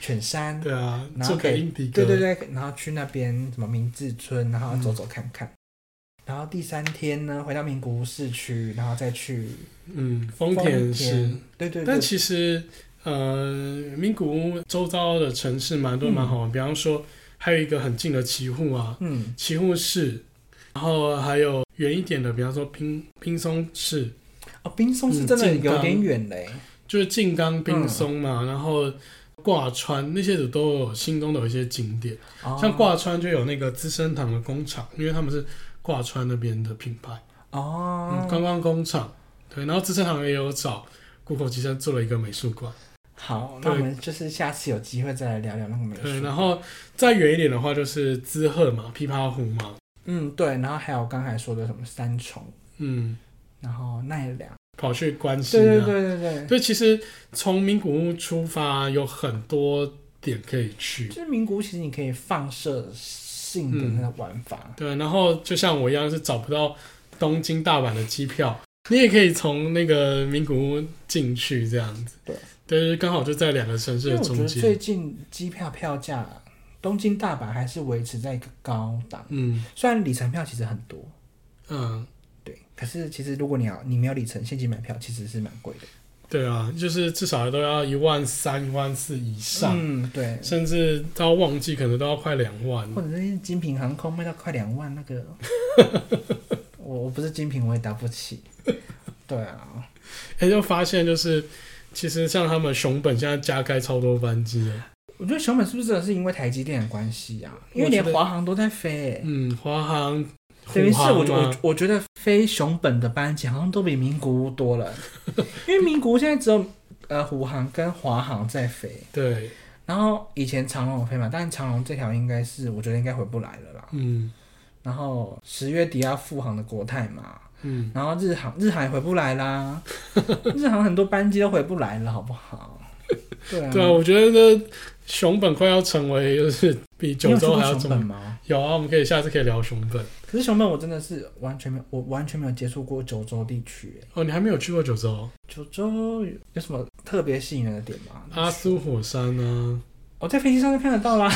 [SPEAKER 2] 犬山，
[SPEAKER 1] 对啊，
[SPEAKER 2] 然后
[SPEAKER 1] 做给
[SPEAKER 2] 给
[SPEAKER 1] 英迪哥。
[SPEAKER 2] 对对对，然后去那边什么明治村，然后走走看看。然后第三天呢，回到名古屋市区，然后再去
[SPEAKER 1] 嗯，丰
[SPEAKER 2] 丰
[SPEAKER 1] 田是。
[SPEAKER 2] 对对
[SPEAKER 1] 但
[SPEAKER 2] 对，
[SPEAKER 1] 其实，呃，名古屋周遭的城市蛮多蛮好玩，比方说还有一个很近的岐户啊，
[SPEAKER 2] 嗯，
[SPEAKER 1] 岐户市，然后还有远一点的，比方说冰冰松市，
[SPEAKER 2] 哦，冰松是真的
[SPEAKER 1] 嗯静
[SPEAKER 2] 有
[SPEAKER 1] 冈
[SPEAKER 2] 点远嘞，
[SPEAKER 1] 就是静冈冰松嘛，
[SPEAKER 2] 嗯
[SPEAKER 1] 然后挂川那些都有心中都有一些景点，
[SPEAKER 2] 哦
[SPEAKER 1] 像挂川就有那个资生堂的工厂，因为他们是挂川那边的品牌，嗯，观
[SPEAKER 2] 哦，
[SPEAKER 1] 光工厂，对，然后资生堂也有找谷口吉生做了一个美术馆。
[SPEAKER 2] 好，那我
[SPEAKER 1] 对
[SPEAKER 2] 们就是下次有机会再来聊聊那个美术。
[SPEAKER 1] 对，然后再远一点的话就是滋贺嘛，琵琶湖嘛，
[SPEAKER 2] 嗯，对，然后还有刚才说的什么三重，
[SPEAKER 1] 嗯，
[SPEAKER 2] 然后奈良，
[SPEAKER 1] 跑去关西、啊。
[SPEAKER 2] 对对对对对，
[SPEAKER 1] 对其实从名古屋出发有很多点可以去
[SPEAKER 2] 就。是名古屋其实你可以放射性的那个玩法，
[SPEAKER 1] 对，然后就像我一样是找不到东京、大阪的机票，你也可以从那个名古屋进去这样子。
[SPEAKER 2] 对，
[SPEAKER 1] 但是刚好就在两个城市
[SPEAKER 2] 因为
[SPEAKER 1] 的
[SPEAKER 2] 我觉
[SPEAKER 1] 中
[SPEAKER 2] 得最
[SPEAKER 1] 间。
[SPEAKER 2] 近机票票价、东京、大阪还是维持在一个高档，
[SPEAKER 1] 嗯
[SPEAKER 2] 虽然里程票其实很多，
[SPEAKER 1] 嗯，
[SPEAKER 2] 对，可是其实如果你要你没有里程，现金买票其实是蛮贵的。
[SPEAKER 1] 对啊，就是至少都要一万三、一万四以上，
[SPEAKER 2] 嗯，对，
[SPEAKER 1] 甚至到旺季可能都要快两万。
[SPEAKER 2] 或者是精品航空卖到快两万那个， 我我不是精品我也打不起。对啊，
[SPEAKER 1] 哎、就发现就是，其实像他们熊本现在加开超多班机了。
[SPEAKER 2] 我觉得熊本是不是真的是因为台积电的关系啊？因为连
[SPEAKER 1] 我觉得
[SPEAKER 2] 华航都在飞、欸，
[SPEAKER 1] 嗯，华航、虎
[SPEAKER 2] 等于是
[SPEAKER 1] 航
[SPEAKER 2] 我觉我
[SPEAKER 1] 啊，
[SPEAKER 2] 我觉得飞熊本的班机好像都比名古屋 多了，因为名古屋现在只有呃虎航跟华航在飞，
[SPEAKER 1] 对，
[SPEAKER 2] 然后以前长龙有飞嘛，但长龙这条应该是我觉得应该回不来了啦。
[SPEAKER 1] 嗯
[SPEAKER 2] 然后十月底要复航的国泰嘛，
[SPEAKER 1] 嗯，
[SPEAKER 2] 然后日航日航也回不 来啦，日航很多班机都回不来了，好不好？对啊，
[SPEAKER 1] 对啊，我觉得熊本快要成为就是比
[SPEAKER 2] 你
[SPEAKER 1] 九
[SPEAKER 2] 有去
[SPEAKER 1] 州
[SPEAKER 2] 过
[SPEAKER 1] 还要
[SPEAKER 2] 熊本
[SPEAKER 1] 重。
[SPEAKER 2] 吗？
[SPEAKER 1] 有啊，我们可以下次可以聊熊本。
[SPEAKER 2] 可是熊本我真的是完全没有，我完全没有接触过九州地区。欸
[SPEAKER 1] 哦，你还没有去过九州？
[SPEAKER 2] 九州有什么特别吸引人的点吗？
[SPEAKER 1] 阿苏火山啊呢、
[SPEAKER 2] 我在飞机上就看得到啦。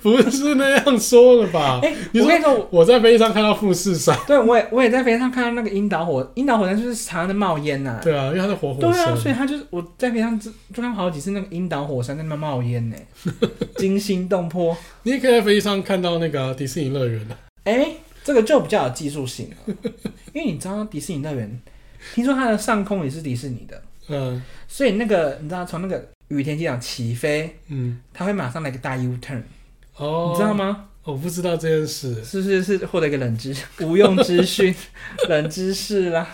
[SPEAKER 1] 不是那样说的 吧？
[SPEAKER 2] 哎、
[SPEAKER 1] 啊你说
[SPEAKER 2] 我跟你说，我
[SPEAKER 1] 我在飞机上看到富士山，
[SPEAKER 2] 对我也我也在飞机上看到那个樱岛火，樱岛火山就是常常在冒烟呐、
[SPEAKER 1] 对啊，因为它是活火
[SPEAKER 2] 对
[SPEAKER 1] 山。
[SPEAKER 2] 啊，所以他就是我在飞机上就就看好几次那个樱岛火山在那冒烟呢、 惊心动魄。
[SPEAKER 1] 你也可以在飞机上看到那个啊迪士尼乐园的。
[SPEAKER 2] 哎、这个就比较有技 术性了，因为你知道迪士尼乐园，听说它的上空也是迪士尼的，
[SPEAKER 1] 嗯
[SPEAKER 2] 所以那个你知道从那个羽田机场起飞，
[SPEAKER 1] 嗯，
[SPEAKER 2] 它会马上来个大 U turn，、
[SPEAKER 1] 哦，
[SPEAKER 2] 你知道？吗？
[SPEAKER 1] 我不知道这件事。
[SPEAKER 2] 是不是是获得一个冷知 无用资 讯、冷知识啦？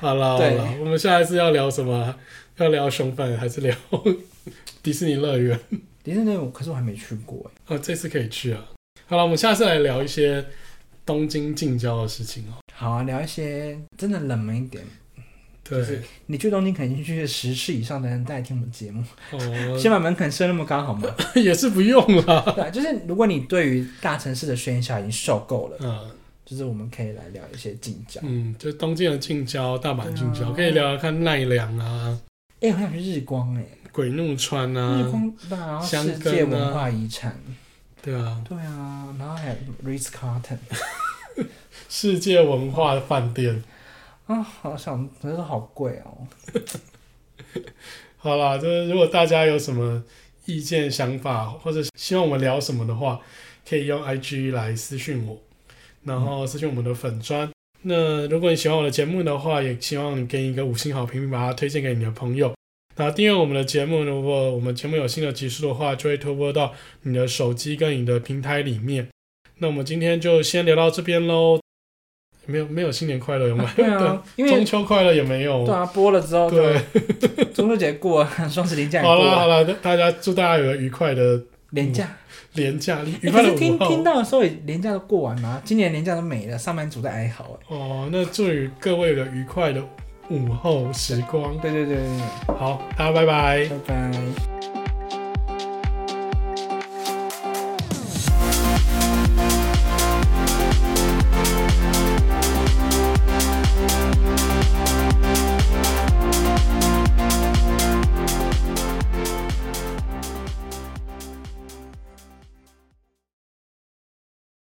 [SPEAKER 1] 好了好
[SPEAKER 2] 对
[SPEAKER 1] 了，我们下一次要聊什么啊？要聊熊本还是聊迪士尼乐园？
[SPEAKER 2] 迪士尼我可是我还没去过哎。
[SPEAKER 1] 哦，这次可以去啊。好了，我们下次来聊一些东京近郊的事情哦。
[SPEAKER 2] 好啊，聊一些真的冷门一点。
[SPEAKER 1] 对，
[SPEAKER 2] 是你去东京肯定去十次以上的人再来听我们节目，先
[SPEAKER 1] 哦，
[SPEAKER 2] 把门槛设那么高好吗？
[SPEAKER 1] 也是不用了。
[SPEAKER 2] 呃 对啊，就是如果你对于大城市的喧嚣已经受够了，
[SPEAKER 1] 嗯
[SPEAKER 2] 就是我们可以来聊一些近郊。
[SPEAKER 1] 嗯，就东京的近郊、大阪近郊，
[SPEAKER 2] 对啊
[SPEAKER 1] 可以聊聊看奈良啊、
[SPEAKER 2] 哎、我想去日光哎、
[SPEAKER 1] 鬼怒川
[SPEAKER 2] 日
[SPEAKER 1] 啊，
[SPEAKER 2] 光对啊，然后
[SPEAKER 1] 箱
[SPEAKER 2] 世
[SPEAKER 1] 根
[SPEAKER 2] 界
[SPEAKER 1] 啊
[SPEAKER 2] 文化遗产，
[SPEAKER 1] 对啊，
[SPEAKER 2] 对啊，然后还有 Ritz Carlton
[SPEAKER 1] 世界文化饭店。
[SPEAKER 2] 啊，好想，可是好贵 哦。
[SPEAKER 1] 好啦，就是如果大家有什么意见、想法，或者希望我们聊什么的话，可以用 IG 来私讯我，然后私讯我们的粉砖。那如果你喜欢我的节目的话，也希望你给你一个五星好评，并把它推荐给你的朋友。那订阅我们的节目，如果我们节目有新的集数的话，就会推播到你的手机跟你的平台里面。那我们今天就先聊到这边喽。没有没有新年快乐有 吗
[SPEAKER 2] 啊？对啊，因
[SPEAKER 1] 中
[SPEAKER 2] 为
[SPEAKER 1] 秋快乐也没有。
[SPEAKER 2] 对啊，播了之后，
[SPEAKER 1] 哦对，
[SPEAKER 2] 中秋节过了，双十连假也
[SPEAKER 1] 好
[SPEAKER 2] 过
[SPEAKER 1] 了好
[SPEAKER 2] 了，
[SPEAKER 1] 了，大家祝大家有个愉快的
[SPEAKER 2] 连假。
[SPEAKER 1] 廉价，嗯愉
[SPEAKER 2] 欸、
[SPEAKER 1] 快
[SPEAKER 2] 可
[SPEAKER 1] 的
[SPEAKER 2] 是
[SPEAKER 1] 午
[SPEAKER 2] 听听
[SPEAKER 1] 后。
[SPEAKER 2] 到的时候，年假都过完了啊，今年年假都没了，上班族在哀嚎哎、
[SPEAKER 1] 哦，那祝予各位有个愉快的午后时光。
[SPEAKER 2] 对对对对
[SPEAKER 1] 好，大家拜拜。
[SPEAKER 2] 对，拜拜。